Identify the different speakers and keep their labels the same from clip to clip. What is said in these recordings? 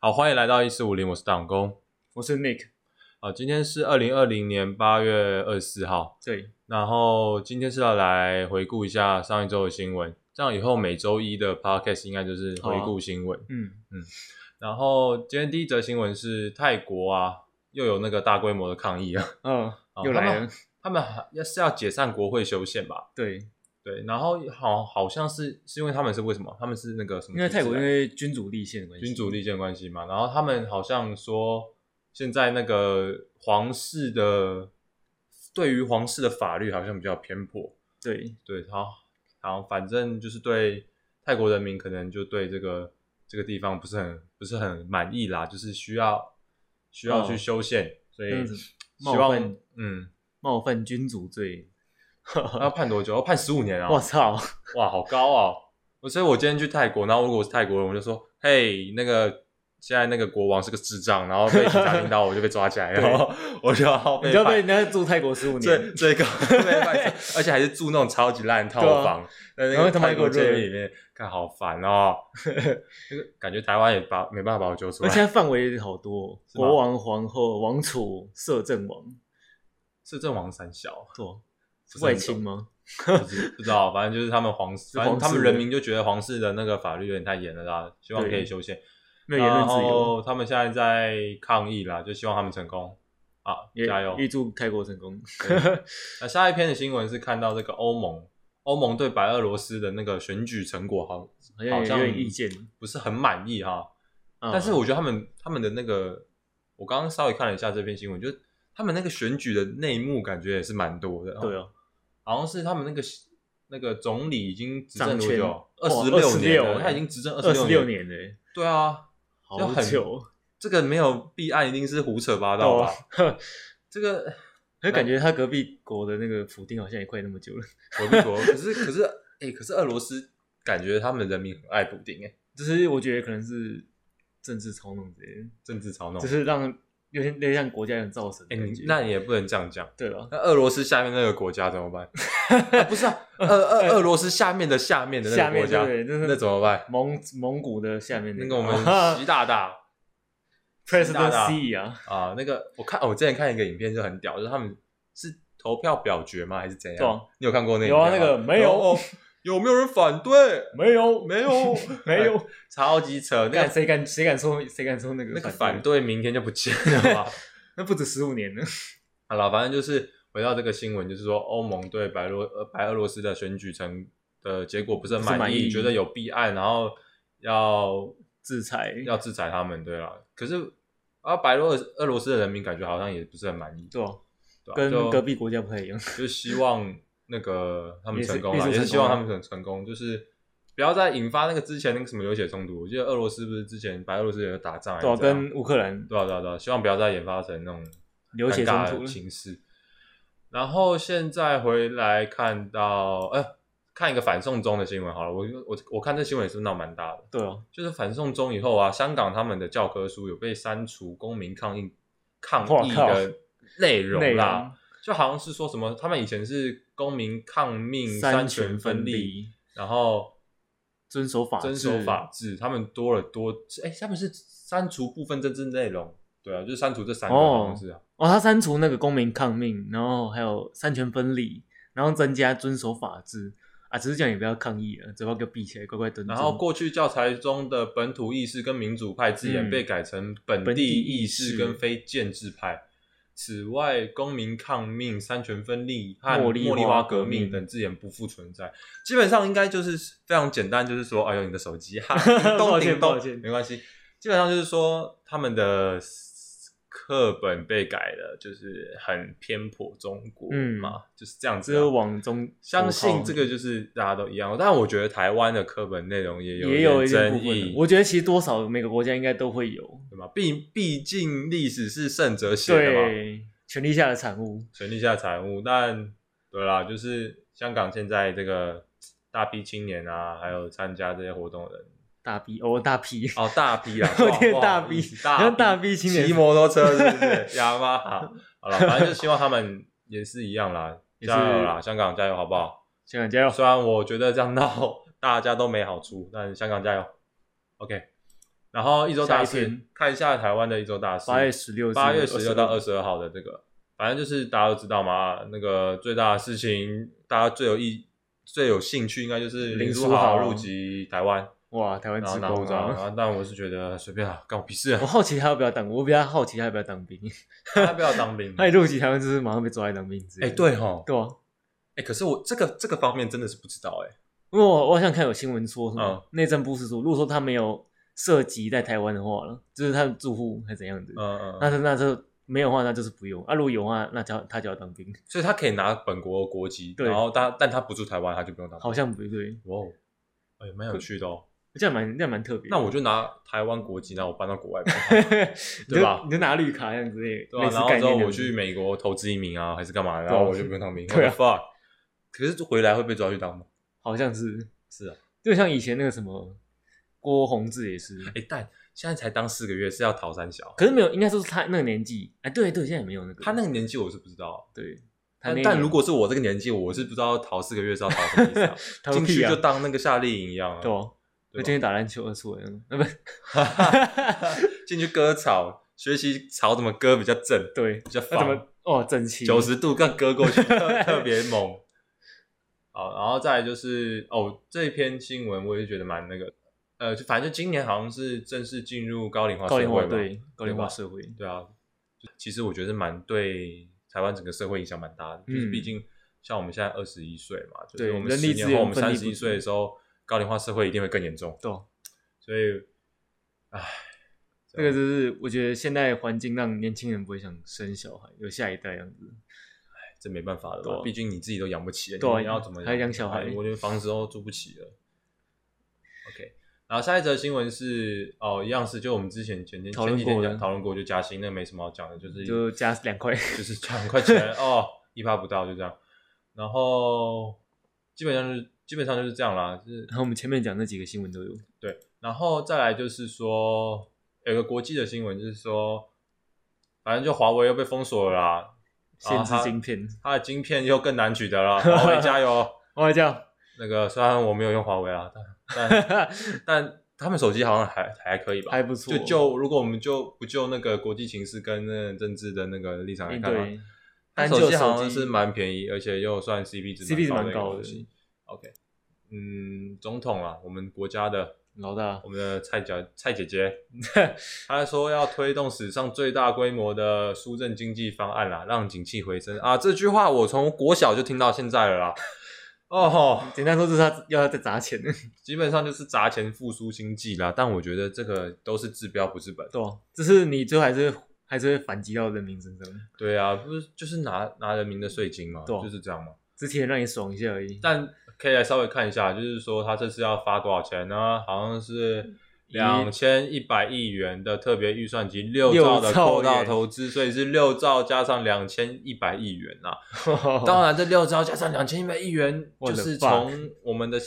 Speaker 1: 欢迎来到一四五零，我是党工。
Speaker 2: 我是 Nick，
Speaker 1: 啊、今天是二零二零年八月二十四号，
Speaker 2: 对，
Speaker 1: 然后今天是要来回顾一下上一周的新闻，这样以后每周一的 podcast 应该就是回顾新闻。
Speaker 2: 嗯，
Speaker 1: 然后今天第一则新闻是泰国啊，又有那个大规模的抗议啊，
Speaker 2: 嗯，
Speaker 1: 哦
Speaker 2: 又来了，
Speaker 1: 他们还要是要解散国会修宪吧？
Speaker 2: 对，
Speaker 1: 对，然后好好像是是因为他们是为什么？他们是那个什么体制来着？
Speaker 2: 因为泰国因为君主立宪的关系，
Speaker 1: 君主立宪关系嘛，然后他们好像说，现在那个皇室的对于皇室的法律好像比较偏颇，
Speaker 2: 对，
Speaker 1: 对，好，然后反正就是对泰国人民可能就对这个这个地方不是很不是很满意啦，就是需要需要去
Speaker 2: 哦
Speaker 1: 修宪，所以
Speaker 2: 嗯
Speaker 1: 希
Speaker 2: 冒
Speaker 1: 望
Speaker 2: 犯
Speaker 1: 嗯，
Speaker 2: 冒犯君主 罪，
Speaker 1: 要判多久？要判十五年啊！
Speaker 2: 我操，
Speaker 1: 哇，好高哦！我所以，我今天去泰国，然后如果我是泰国人，我就说：“嘿，那个现在那个国王是个智障，然后被警察听到，我就被抓起来，
Speaker 2: 对
Speaker 1: 然后我就要
Speaker 2: 你
Speaker 1: 被
Speaker 2: 就要被
Speaker 1: 判
Speaker 2: 人家住泰国十五
Speaker 1: 最
Speaker 2: 年，
Speaker 1: 最高被判而且还是住那种超级烂的套房，在那
Speaker 2: 啊然
Speaker 1: 个
Speaker 2: 后他妈
Speaker 1: 泰国
Speaker 2: 给我
Speaker 1: 监
Speaker 2: 热
Speaker 1: 狱里面，看好烦哦！ 那个感觉台湾也把没办法把我揪出
Speaker 2: 而且
Speaker 1: 来，
Speaker 2: 它范围好多，
Speaker 1: 是吗
Speaker 2: 国王、皇后、王储、摄政王，
Speaker 1: 是正王三小，
Speaker 2: 错，
Speaker 1: 不是很
Speaker 2: 外
Speaker 1: 懂
Speaker 2: 戚吗？
Speaker 1: 不知不知道，反正就是他们皇，
Speaker 2: 是
Speaker 1: 反正他
Speaker 2: 皇
Speaker 1: 们
Speaker 2: 室
Speaker 1: 人
Speaker 2: 的
Speaker 1: 民就觉得皇室的那个法律有点太严了啦，希望可以
Speaker 2: 对
Speaker 1: 修宪。
Speaker 2: 没有言论自
Speaker 1: 然
Speaker 2: 由，
Speaker 1: 后他们现在在抗议啦，就希望他们成功啊，
Speaker 2: 也
Speaker 1: 加油！
Speaker 2: 预祝泰国成功。
Speaker 1: 那下一篇的新闻是看到这个欧盟，欧盟对白俄罗斯的那个选举成果好
Speaker 2: 好像
Speaker 1: 好
Speaker 2: 有
Speaker 1: 像
Speaker 2: 点意见，
Speaker 1: 不是很满意哈，
Speaker 2: 啊
Speaker 1: 但是我觉得他们他们的那个，我刚刚稍微看了一下这篇新闻，就是他们那个选举的内幕感觉也是蛮多的，
Speaker 2: 对，啊，
Speaker 1: 好像是他们那个那个总理已经执政
Speaker 2: 掌
Speaker 1: 多
Speaker 2: 权哦
Speaker 1: 久？
Speaker 2: 哇
Speaker 1: 十六年了，
Speaker 2: 26
Speaker 1: 他已经执政
Speaker 2: 二十
Speaker 1: 十
Speaker 2: 六
Speaker 1: 年，
Speaker 2: 年嘞，
Speaker 1: 对啊，
Speaker 2: 好
Speaker 1: 就很
Speaker 2: 久，
Speaker 1: 这个没有弊案一定是胡扯八道吧？
Speaker 2: 对啊
Speaker 1: 这个
Speaker 2: 可是感觉他隔壁国的那个普丁好像也快那么久了，
Speaker 1: 我不国，可是可是哎、可是俄罗斯感觉他们人民很爱普丁哎、
Speaker 2: 就是我觉得可能是政治操弄之类的，
Speaker 1: 政治操弄。
Speaker 2: 就是让有点有点让国家有点造成的
Speaker 1: 哎、
Speaker 2: 感
Speaker 1: 你
Speaker 2: 觉。
Speaker 1: 那你也不能这样讲。
Speaker 2: 对啊了，
Speaker 1: 那俄罗斯下面那个国家怎么办？ 啊不是啊，俄俄俄罗斯下面的下面的那
Speaker 2: 下
Speaker 1: 个
Speaker 2: 面
Speaker 1: 国家，
Speaker 2: 对啊就是
Speaker 1: 那怎么办？
Speaker 2: 蒙蒙古的下面
Speaker 1: 那
Speaker 2: 那
Speaker 1: 个
Speaker 2: 个
Speaker 1: 我 们习大大大
Speaker 2: President
Speaker 1: 大
Speaker 2: C 啊，
Speaker 1: 啊，那个我看、哦我之前看一个影片就很屌，就是他们是投票表决吗？还是怎
Speaker 2: 对啊
Speaker 1: 样？你有看过那
Speaker 2: 有啊
Speaker 1: 影片吗
Speaker 2: 那个没有
Speaker 1: 哦有 没有人反对？
Speaker 2: 没有
Speaker 1: 没 有
Speaker 2: 没有，
Speaker 1: 超级扯，那
Speaker 2: 那
Speaker 1: 个
Speaker 2: 谁敢谁敢说谁敢说那个
Speaker 1: 哎那个
Speaker 2: 反
Speaker 1: 反？对明天就不见 了吧？
Speaker 2: 那不止十五年呢，
Speaker 1: 好了，反正就是回到这个新闻，就是说欧盟对白罗呃白俄罗斯的选举成的结果不是很满
Speaker 2: 不是满意
Speaker 1: 觉得有弊案，然后要
Speaker 2: 制裁
Speaker 1: 要制裁他们，对啦。可是啊，白俄俄罗斯的人民感觉好像也不是很满意，
Speaker 2: 对啊，
Speaker 1: 对吧
Speaker 2: 跟
Speaker 1: 就
Speaker 2: 隔壁国家不太一样。
Speaker 1: 就希望那个他们成功啦，
Speaker 2: 也
Speaker 1: 也
Speaker 2: 是
Speaker 1: 是
Speaker 2: 也是成功
Speaker 1: 希望
Speaker 2: 啊
Speaker 1: 他们成成功，就是不要再引发那个之前那个什么流血冲突。我记得俄罗斯不是之前白俄罗斯也有打仗还是
Speaker 2: 对啊，
Speaker 1: 怎样，
Speaker 2: 跟乌克兰
Speaker 1: 对啊对啊对啊，希望不要再研发成那种
Speaker 2: 流血
Speaker 1: 尴尬的
Speaker 2: 冲突
Speaker 1: 情势。然后现在回来看到，哎、看一个反送中的新闻好了。我我我看这新闻也是闹蛮大的，
Speaker 2: 对啊，
Speaker 1: 就是反送中以后啊，香港他们的教科书有被删除公民抗议抗
Speaker 2: 哇
Speaker 1: 议
Speaker 2: 靠
Speaker 1: 的内容
Speaker 2: 内
Speaker 1: 啦，
Speaker 2: 容
Speaker 1: 就好像是说什么他们以前是公民抗命权
Speaker 2: 三权
Speaker 1: 分
Speaker 2: 分
Speaker 1: 立，
Speaker 2: 立，
Speaker 1: 然后
Speaker 2: 遵守法
Speaker 1: 遵
Speaker 2: 治
Speaker 1: 守法治，他们多了多，哎，他们是删除部分政治内容，对啊，就是删除这三个
Speaker 2: 哦
Speaker 1: 好像是啊。
Speaker 2: 哦，他删除那个公民抗命，然后还有三权分离，然后增加遵守法治啊，只是这样也不要抗议了，嘴巴给我闭起来，乖乖蹲着。
Speaker 1: 然后过去教材中的本土意识跟民主派字眼
Speaker 2: 嗯
Speaker 1: 被改成本
Speaker 2: 本
Speaker 1: 地
Speaker 2: 地
Speaker 1: 意
Speaker 2: 意
Speaker 1: 识
Speaker 2: 识
Speaker 1: 跟非建制派。此外，公民抗命、三权分立和
Speaker 2: 茉
Speaker 1: 茉
Speaker 2: 莉
Speaker 1: 莉
Speaker 2: 花
Speaker 1: 花
Speaker 2: 革
Speaker 1: 革命
Speaker 2: 命
Speaker 1: 等字眼不复存在。基本上应该就是非常简单，就是说，哎呦，你的手机哈，
Speaker 2: 抱
Speaker 1: 动
Speaker 2: 歉
Speaker 1: 叮
Speaker 2: 抱
Speaker 1: 动
Speaker 2: 歉，
Speaker 1: 没关系。基本上就是说，他们的课本被改了，就是很偏颇中国
Speaker 2: 嗯
Speaker 1: 嘛，就是这样
Speaker 2: 只
Speaker 1: 子啊、
Speaker 2: 有往中
Speaker 1: 相信这个
Speaker 2: 就
Speaker 1: 就是大家都一样，但我觉得台湾的课本内容也有
Speaker 2: 也
Speaker 1: 点
Speaker 2: 有一
Speaker 1: 争
Speaker 2: 点部分
Speaker 1: 议
Speaker 2: 的，，我觉得其实多少每个国家应该都会有，
Speaker 1: 对吧？毕毕竟历史是胜者写的嘛，
Speaker 2: 对，权力下的产物，
Speaker 1: 权力下产物。但对啦，就是香港现在这个大批青年啊，还有参加这些活动的人，
Speaker 2: 大 B 哦大 P，
Speaker 1: 哦，大批 啦，
Speaker 2: 我
Speaker 1: 哇
Speaker 2: 天
Speaker 1: 不好
Speaker 2: 大
Speaker 1: 意
Speaker 2: 批
Speaker 1: 思大
Speaker 2: 好像大批青年
Speaker 1: 骑摩托车是不是？ 雅马哈，好了，反正就希望他们也是一样啦，
Speaker 2: 也是
Speaker 1: 加油啦，香港加油，好不好？
Speaker 2: 香港加油！
Speaker 1: 虽然我觉得这样闹大家都没好处，但香港加油。OK，然后一周大
Speaker 2: 下一
Speaker 1: 事
Speaker 2: 篇
Speaker 1: 看一下台湾的一周大事，
Speaker 2: 八月十六至
Speaker 1: 八月十六到
Speaker 2: 22
Speaker 1: 二十二号的这个，反正就是大家都知道嘛，那个最大的事情，大家最有意、最有兴趣，应该就是
Speaker 2: 林
Speaker 1: 书
Speaker 2: 书
Speaker 1: 豪
Speaker 2: 豪
Speaker 1: 入籍台湾，
Speaker 2: 哇，台湾
Speaker 1: 然后
Speaker 2: 之
Speaker 1: 拿护
Speaker 2: 光
Speaker 1: 照，然
Speaker 2: 啊！
Speaker 1: 后但我是觉得随便啊，干我屁事啊
Speaker 2: 我，好奇他要不要当，我比较好奇他要不要当
Speaker 1: 嗯
Speaker 2: 兵。
Speaker 1: 他不要当兵。
Speaker 2: 他一入籍台湾就是马上被抓来当兵之类
Speaker 1: 哎，
Speaker 2: 的
Speaker 1: 对吼，
Speaker 2: 对啊，
Speaker 1: 哎，可是我这个这个方面真的是不知道哎，
Speaker 2: 因为我我好像看有新闻说什
Speaker 1: 嗯
Speaker 2: 么内、政部是说，如果说他没有涉及在台湾的话了，就是他的住户还怎样的，
Speaker 1: 嗯嗯
Speaker 2: 那
Speaker 1: 嗯，
Speaker 2: 是那就没有的话，那就是不用啊；如果有的话，那就要他就要当兵，
Speaker 1: 所以他可以拿本国国籍，
Speaker 2: 对
Speaker 1: 然后他但他不住台湾，他就不用当兵。
Speaker 2: 好像不对，
Speaker 1: 哇哦，哎，蛮有趣的哦。
Speaker 2: 这样蛮这样蛮特别的。
Speaker 1: 那 我就拿台湾国籍，然后我搬到 国外吧。
Speaker 2: 对
Speaker 1: 对吧
Speaker 2: 你就拿绿卡这样之类，
Speaker 1: 对
Speaker 2: 类
Speaker 1: 啊，
Speaker 2: 似
Speaker 1: 然后
Speaker 2: 概
Speaker 1: 之后
Speaker 2: 念的
Speaker 1: 我去美国投资移民啊，还是干嘛，然
Speaker 2: 对啊
Speaker 1: 后我就不用当 兵。
Speaker 2: 对
Speaker 1: What
Speaker 2: 啊
Speaker 1: the fuck，可是回来会被抓去当吗？
Speaker 2: 好像是
Speaker 1: 是啊，
Speaker 2: 就像以前那个什么郭宏志也是，
Speaker 1: 哎，但现在才当四个月是要逃三小，
Speaker 2: 可是没有，应该说是他那个年纪，哎，对对，现在也没有那个
Speaker 1: 他那个年纪我是不知道。啊
Speaker 2: 对，他
Speaker 1: 但
Speaker 2: 那一
Speaker 1: 但
Speaker 2: 年
Speaker 1: 如果是我这个年纪，我是不知道逃四个月是要 逃什么意思啊
Speaker 2: 他们
Speaker 1: 进去
Speaker 2: 屁啊
Speaker 1: 就当那个夏令营一样啊，
Speaker 2: 对
Speaker 1: 对
Speaker 2: 啊，我
Speaker 1: 吧
Speaker 2: 今天打篮球的出来了，啊 不是，
Speaker 1: 进去割草，学习草怎么割比较正，
Speaker 2: 对，
Speaker 1: 比较
Speaker 2: 那怎
Speaker 1: 方。
Speaker 2: 么哦整齐
Speaker 1: 九十度更割过 去，特特别猛。好，然后再来就是哦，这篇新闻我也觉得蛮那个，呃，就反正今年好像是正式进入高龄化社
Speaker 2: 高
Speaker 1: 会
Speaker 2: 龄化
Speaker 1: 嘛，
Speaker 2: 对高龄
Speaker 1: 对吧
Speaker 2: 化社会，
Speaker 1: 对啊，就其实我觉得蛮对台湾整个社会影响蛮大的，就是
Speaker 2: 嗯
Speaker 1: 毕竟像我们现在二十一岁嘛，就是
Speaker 2: 对
Speaker 1: 我们
Speaker 2: 人力
Speaker 1: 十
Speaker 2: 资
Speaker 1: 年
Speaker 2: 源
Speaker 1: 后我们
Speaker 2: 分
Speaker 1: 三
Speaker 2: 力
Speaker 1: 十
Speaker 2: 不
Speaker 1: 一
Speaker 2: 足
Speaker 1: 岁的时候，高龄化社会一定会更严重，
Speaker 2: 对啊，
Speaker 1: 所以，唉，
Speaker 2: 这个就是我觉得现在环境让年轻人不会想生小孩，有下一代这样子，
Speaker 1: 这没办法的
Speaker 2: 对
Speaker 1: 嘛
Speaker 2: 啊，
Speaker 1: 毕竟你自己都养不起了，
Speaker 2: 对啊
Speaker 1: 你要怎么
Speaker 2: 还养小孩
Speaker 1: 我连房子都住不起了。OK，然后下一则新闻是哦，一样是就我们之前前天
Speaker 2: 讨论
Speaker 1: 前几天
Speaker 2: 过的
Speaker 1: 讲讨论过，就加薪，那没什么好讲的，就是
Speaker 2: 就加两 块
Speaker 1: 就是加两块钱哦，一趴不到就这样。然后基本上就是基本上就是这样啦，就是
Speaker 2: 然后我们前面讲那几个新闻都有，
Speaker 1: 对，然后再来就是说有个国际的新闻，就是说反正就华为又被封锁了啦，
Speaker 2: 限
Speaker 1: 啊
Speaker 2: 制
Speaker 1: 它
Speaker 2: 晶片，
Speaker 1: 它的晶片又更难取得了，华为加油！
Speaker 2: 我来讲，
Speaker 1: 那个虽然我没有用华为啊，但 但但他们手机好像还还可以吧，
Speaker 2: 还不错，哦
Speaker 1: 就就如果我们就不就那个国际形势跟那政治的那个立场来
Speaker 2: 应
Speaker 1: 看嘛，
Speaker 2: 对，
Speaker 1: 它
Speaker 2: 单
Speaker 1: 手
Speaker 2: 就
Speaker 1: 机好
Speaker 2: 手
Speaker 1: 像
Speaker 2: 机
Speaker 1: 是蛮便宜，而且又算 CP 值
Speaker 2: CP 值
Speaker 1: 蛮
Speaker 2: 蛮
Speaker 1: 高
Speaker 2: 高
Speaker 1: 的一个东
Speaker 2: 的，
Speaker 1: 西。OK，嗯，总统啊，我们国家的
Speaker 2: 老大
Speaker 1: 我们的蔡姐蔡姐 姐，她说要推动史上最大规模的纾政经济方案啦，让景气回升啊！这句话我从国小就听到现在了啦。哦吼，
Speaker 2: 简单说就是他要再砸钱，
Speaker 1: 基本上就是砸钱复苏经济啦。但我觉得这个都是治标不治本。
Speaker 2: 对啊，就是你最后还是会还是会反击到人民身上，
Speaker 1: 对啊，不是就是拿拿人民的税金嘛，
Speaker 2: 对啊
Speaker 1: 就是这样嘛。
Speaker 2: 只体让你爽一下而已。
Speaker 1: 但可以来稍微看一下，就是说他这次要发多少钱呢？好像是两千一百亿元的特别预算及六兆的
Speaker 2: 六兆
Speaker 1: 扩大
Speaker 2: 元
Speaker 1: 投资，所以是六兆加上两千一百亿元 啊。当然，这六兆加上两千一百亿元，就
Speaker 2: What the
Speaker 1: 是
Speaker 2: fuck？
Speaker 1: 从我们的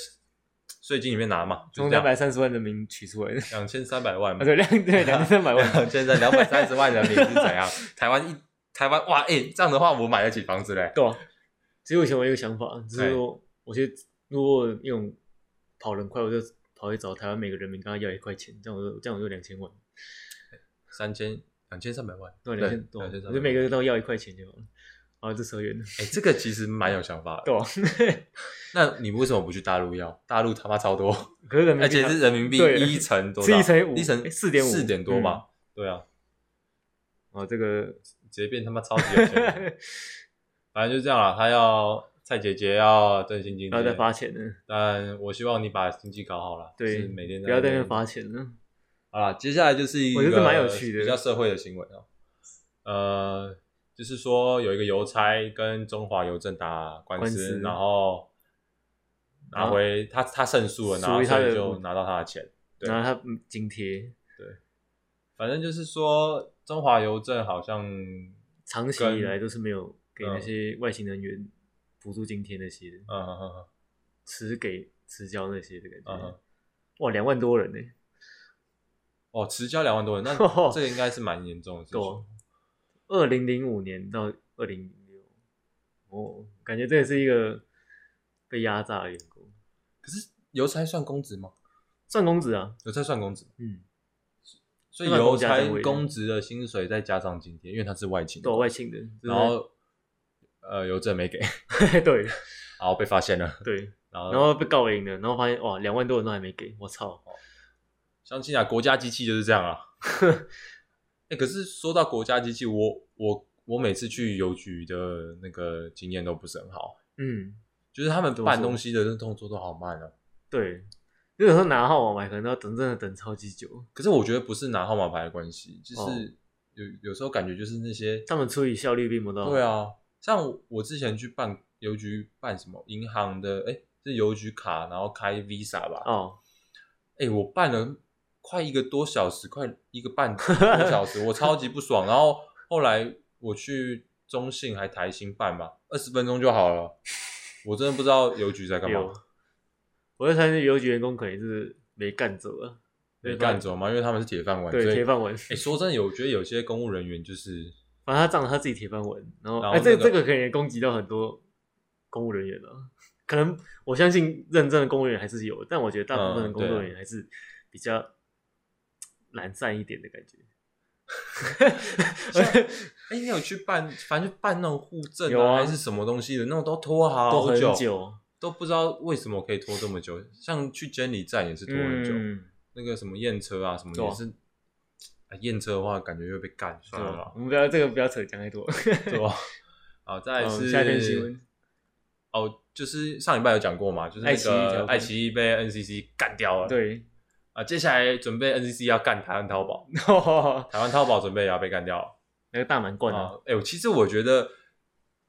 Speaker 1: 税金里面拿嘛，就是
Speaker 2: 从
Speaker 1: 这样，
Speaker 2: 两百三十万人民取出来的，
Speaker 1: 两千三百万嘛
Speaker 2: 啊。对，两对两千三百 万，
Speaker 1: 现在两百三十万人民是怎样？台湾一台湾哇，哎、这样的话我买得起房子嘞。
Speaker 2: 对啊。其实我以前我有一个想法，
Speaker 1: 哎
Speaker 2: 就是说，我觉得如果用跑人快，我就跑去找台湾每个人民跟他要一块钱，这样我就这样我就两千万，
Speaker 1: 三千两千三百万，
Speaker 2: 对，两千多，
Speaker 1: 两千
Speaker 2: 我
Speaker 1: 三
Speaker 2: 就
Speaker 1: 百
Speaker 2: 每
Speaker 1: 万。
Speaker 2: 个人都要一块钱就好了。啊，这扯远了，
Speaker 1: 哎、这个其实蛮有想法的。
Speaker 2: 对啊。
Speaker 1: 那你为什么不去大陆要？大陆他妈超多，
Speaker 2: 可是人民币
Speaker 1: 而且是人民币
Speaker 2: 对
Speaker 1: 一乘多
Speaker 2: 是
Speaker 1: 少？
Speaker 2: 一乘五嗯
Speaker 1: 一乘
Speaker 2: 哎4.5
Speaker 1: 四点多嘛？对啊，
Speaker 2: 啊，这个
Speaker 1: 直接变他妈超级有钱人。 反正就这样啦，他要蔡姐姐要振兴经
Speaker 2: 不要再
Speaker 1: 济，
Speaker 2: 发钱了，
Speaker 1: 但我希望你把经济搞好了，
Speaker 2: 对
Speaker 1: 就是每天
Speaker 2: 不要再
Speaker 1: 在
Speaker 2: 那
Speaker 1: 那
Speaker 2: 边
Speaker 1: 边
Speaker 2: 发钱了。
Speaker 1: 好啦，接下来就是一个
Speaker 2: 我觉得这蛮有趣的
Speaker 1: 比较社会的新闻哦。呃，就是说有一个邮差跟中华邮政打官司，
Speaker 2: 官司啊
Speaker 1: 然后拿回他他胜诉了，然
Speaker 2: 属
Speaker 1: 后
Speaker 2: 于他
Speaker 1: 所
Speaker 2: 的
Speaker 1: 以就拿到他的钱。对
Speaker 2: 然后他嗯津贴
Speaker 1: 反正就是说中华邮政好像
Speaker 2: 长期
Speaker 1: 跟
Speaker 2: 以来都是没有给那
Speaker 1: 嗯
Speaker 2: 些外勤人员补助津贴那些的，
Speaker 1: 嗯嗯嗯
Speaker 2: 迟给迟交那些的感觉。
Speaker 1: 嗯嗯，
Speaker 2: 哇，两万多人呢、
Speaker 1: 哦，迟交两万多人，那这个应该是蛮严重的事
Speaker 2: 对
Speaker 1: 情
Speaker 2: 啊。，二零零五年到二零零六，哦，感觉这也是一个被压榨的员工，
Speaker 1: 可是邮差算工资吗？
Speaker 2: 算工资啊，
Speaker 1: 邮差算工资？
Speaker 2: 嗯，
Speaker 1: 所以
Speaker 2: 那公
Speaker 1: 邮
Speaker 2: 家单
Speaker 1: 差
Speaker 2: 位
Speaker 1: 公职的薪水再加上津贴，因为他是外勤，
Speaker 2: 对啊外勤的，
Speaker 1: 然后呃邮政没给，然
Speaker 2: 对
Speaker 1: 后被发现了，
Speaker 2: 对，
Speaker 1: 然后
Speaker 2: 然后被告赢了，然后发现哇，两万多人都还没给，我
Speaker 1: 哦
Speaker 2: 操！
Speaker 1: 相信啊，国家机器就是这样啊。 哎、可是说到国家机器，我我我每次去邮局的那个经验都不是很好，
Speaker 2: 嗯，
Speaker 1: 就是他们
Speaker 2: 怎么
Speaker 1: 办
Speaker 2: 说
Speaker 1: 东西的动作都好慢啊。
Speaker 2: 对，有时候拿号码牌可能都要等，真的等超级久。
Speaker 1: 可是我觉得不是拿号码牌的关系，就
Speaker 2: 哦
Speaker 1: 是有、有时候感觉就是那些
Speaker 2: 他们处理效率并不高。
Speaker 1: 对，啊，像我之前去办邮局办什么银行的，哎、是邮局卡，然后开 Visa 吧，
Speaker 2: 哦，
Speaker 1: 哎、我办了快一个多小时，快一个 半多小时，我超级不爽。然后后来我去中信还台新办嘛，二十分钟就好了。我真的不知道邮局在干嘛
Speaker 2: 有，。我在猜是邮局员工可能是没干走啊，
Speaker 1: 没干走嘛，因为他们是铁饭碗。所
Speaker 2: 对
Speaker 1: 以
Speaker 2: 铁饭碗。
Speaker 1: 哎、说真的，我觉得有些公务人员就是
Speaker 2: 反正他仗着他自己铁饭碗，然后
Speaker 1: 然
Speaker 2: 哎、
Speaker 1: 后
Speaker 2: 这
Speaker 1: 那个
Speaker 2: 这个可以攻击到很多公务人员啊。可能我相信认真的公务员还是有，但我觉得大部分的
Speaker 1: 嗯
Speaker 2: 工
Speaker 1: 对
Speaker 2: 作
Speaker 1: 啊
Speaker 2: 人员还是比较嘖懒散一点的感觉。
Speaker 1: 像哎、你有去办，反正就办那种户证
Speaker 2: 有啊
Speaker 1: 还是什么东西的，那种都拖
Speaker 2: 都
Speaker 1: 好
Speaker 2: 很
Speaker 1: 久，
Speaker 2: 久，
Speaker 1: 都不知道为什么可以拖这么久。像去监理站也是拖很久，
Speaker 2: 嗯，
Speaker 1: 那个什么验车啊什么
Speaker 2: 对啊
Speaker 1: 也是，哎验、车的话感觉又被干，
Speaker 2: 对
Speaker 1: 算了
Speaker 2: 吧
Speaker 1: 吧？
Speaker 2: 我，们不要这个不要扯讲太多。
Speaker 1: 对吧？啊，再来
Speaker 2: 嗯
Speaker 1: 是
Speaker 2: 下一篇新闻
Speaker 1: 哦，就是上礼拜有讲过嘛，就是
Speaker 2: 爱
Speaker 1: 那
Speaker 2: 奇艺条
Speaker 1: 个
Speaker 2: 款
Speaker 1: 爱奇艺被 NCC 干掉了，
Speaker 2: 对，
Speaker 1: 啊，接下来准备 NCC 要干台湾淘宝，
Speaker 2: 那
Speaker 1: 台湾淘宝准备也要被干掉了。
Speaker 2: 个大满 贯啊，
Speaker 1: 啊，哎、我其实我觉得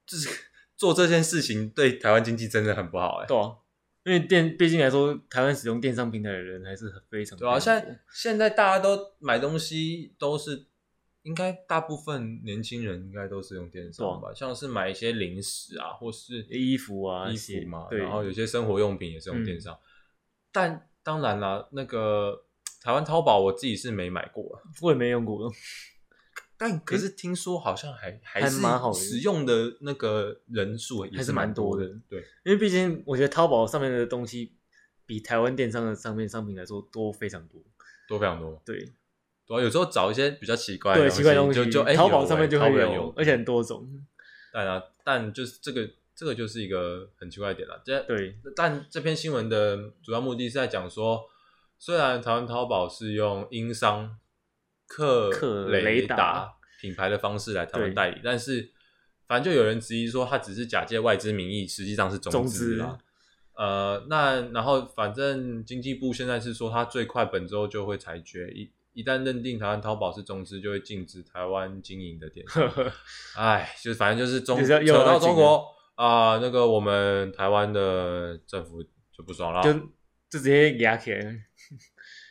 Speaker 1: 就是 做这件事情对台湾经济真的很不好、哎。
Speaker 2: 对啊，因为电毕竟来说，台湾使用电商平台的人还是很非常
Speaker 1: 对啊，
Speaker 2: 非常
Speaker 1: 现
Speaker 2: 多
Speaker 1: 在现在大家都买东西都是，应该大部分年轻人应该都是用电商
Speaker 2: 啊
Speaker 1: 吧，像是买一些零食啊，或是
Speaker 2: 衣服啊
Speaker 1: 衣
Speaker 2: 鞋
Speaker 1: 服嘛，
Speaker 2: 对
Speaker 1: 然后有些生活用品也是用电
Speaker 2: 嗯
Speaker 1: 商。但当然啦，那个台湾淘宝我自己是没买过啊，
Speaker 2: 我也没用过，
Speaker 1: 但可是听说好像还还
Speaker 2: 还
Speaker 1: 是
Speaker 2: 蛮好用
Speaker 1: 使用的那个人数也
Speaker 2: 还是
Speaker 1: 蛮
Speaker 2: 蛮多
Speaker 1: 的
Speaker 2: 的，
Speaker 1: 对。
Speaker 2: 因为毕竟我觉得淘宝上面的东西比台湾电商的上面商品来说多非常多。
Speaker 1: 多非常多。
Speaker 2: 对
Speaker 1: 对啊，有时候找一些比较奇怪的
Speaker 2: 对，奇怪的
Speaker 1: 东
Speaker 2: 东
Speaker 1: 西就就哎
Speaker 2: 淘宝
Speaker 1: 有
Speaker 2: 上
Speaker 1: 哎
Speaker 2: 面就
Speaker 1: 淘
Speaker 2: 会
Speaker 1: 宝有
Speaker 2: 而且很多种。
Speaker 1: 但啊，但就是这个这个就是一个很奇怪的点了。这
Speaker 2: 对，
Speaker 1: 但这篇新闻的主要目的是在讲说，虽然台湾淘宝是用英商克
Speaker 2: 克
Speaker 1: 雷
Speaker 2: 雷
Speaker 1: 达
Speaker 2: 达
Speaker 1: 品牌的方式来台湾
Speaker 2: 对
Speaker 1: 代理，但是反正就有人质疑说，他只是假借外资名义，实际上是中
Speaker 2: 中
Speaker 1: 资
Speaker 2: 资
Speaker 1: 啦。呃，那然后反正经济部现在是说，他最快本周就会裁决，一一旦认定台湾淘宝是中资，就会禁止台湾经营的电商。 哎，就是反正就是中
Speaker 2: 就是要
Speaker 1: 扯
Speaker 2: 又要
Speaker 1: 到
Speaker 2: 进
Speaker 1: 中国啊、那个我们台湾的政府就不爽了。
Speaker 2: 就就直接压起来。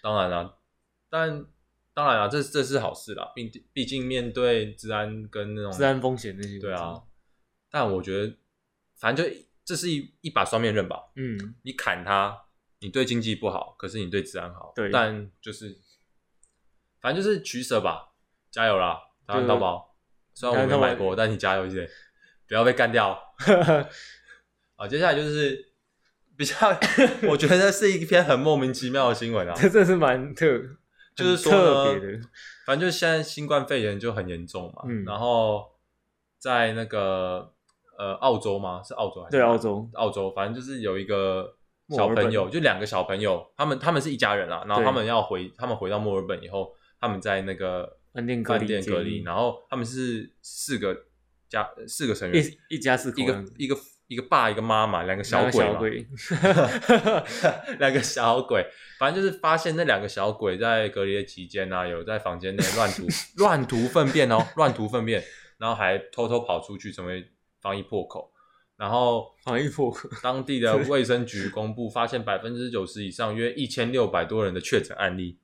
Speaker 1: 当然啦、但当然啦、这这是好事啦，毕毕竟面对治安跟那种
Speaker 2: 治安风险那些。
Speaker 1: 对啊，，但我觉得反正就这是一一把双面刃吧，
Speaker 2: 嗯，
Speaker 1: 你砍它，你对经济不好，可是你对治安好，
Speaker 2: 对
Speaker 1: 但就是反正就是取舍吧，加油啦，台湾
Speaker 2: 就
Speaker 1: 淘宝，虽然我
Speaker 2: 台
Speaker 1: 没
Speaker 2: 湾淘宝
Speaker 1: 买过，但你加油一点，不要被干掉。啊，接下来就是比较，我觉得是一篇很莫名其妙的新 闻啊。
Speaker 2: 这真是蛮特，
Speaker 1: 就是说
Speaker 2: 很特
Speaker 1: 呢
Speaker 2: 别的。
Speaker 1: 反正就现在新冠肺炎就很严重嘛，
Speaker 2: 嗯
Speaker 1: 然后在那个呃澳洲吗？是澳洲还是
Speaker 2: 对，澳洲，
Speaker 1: 澳洲，反正就是有一个
Speaker 2: 墨
Speaker 1: 小
Speaker 2: 尔本
Speaker 1: 朋友，就两个小朋友，他们他们是一家人啦，然后
Speaker 2: 对
Speaker 1: 他们要回他们回到墨尔本以后，他们在那个
Speaker 2: 饭店隔
Speaker 1: 饭
Speaker 2: 离
Speaker 1: 店
Speaker 2: 监
Speaker 1: 隔
Speaker 2: 狱
Speaker 1: 离，然后他们是四个家四个成员，
Speaker 2: 一一家四口
Speaker 1: 一
Speaker 2: 这样
Speaker 1: 个
Speaker 2: 子，
Speaker 1: 一个一个爸一个妈嘛，两个
Speaker 2: 然
Speaker 1: 小
Speaker 2: 后
Speaker 1: 鬼
Speaker 2: 小
Speaker 1: 嘛，
Speaker 2: 鬼，
Speaker 1: 两个小鬼，反正就是发现那两个小鬼在隔离的期间呢、有在房间内乱 涂乱涂粪便哦，乱涂粪便，然后还偷偷跑出去成为防疫破口。然后
Speaker 2: 防疫破口
Speaker 1: 当地的卫生局公 布，发现百分之九十以上约一千六百多人的确诊案例，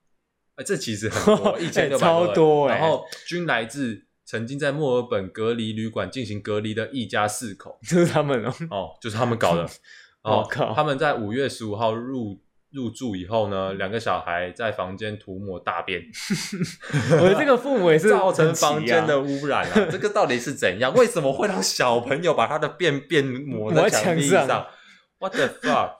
Speaker 1: 哎，这其实很 多，一千六百
Speaker 2: 超多哎
Speaker 1: 然后均来自曾经在墨尔本隔离旅馆进行隔离的一家四口。
Speaker 2: 就是 他们哦。
Speaker 1: 哦，就是他们搞 的。哦
Speaker 2: 我，靠
Speaker 1: 他们在五月十五号入入住以后呢，两个小孩在房间涂抹大便，
Speaker 2: 我的这个父母也 是
Speaker 1: 造成
Speaker 2: 很奇
Speaker 1: 房间
Speaker 2: 啊
Speaker 1: 的污染 啊！这个到底是怎样？为什么会让小朋友把他的便便抹在
Speaker 2: 抹在
Speaker 1: 墙
Speaker 2: 墙
Speaker 1: 壁
Speaker 2: 上
Speaker 1: 上？What the fuck？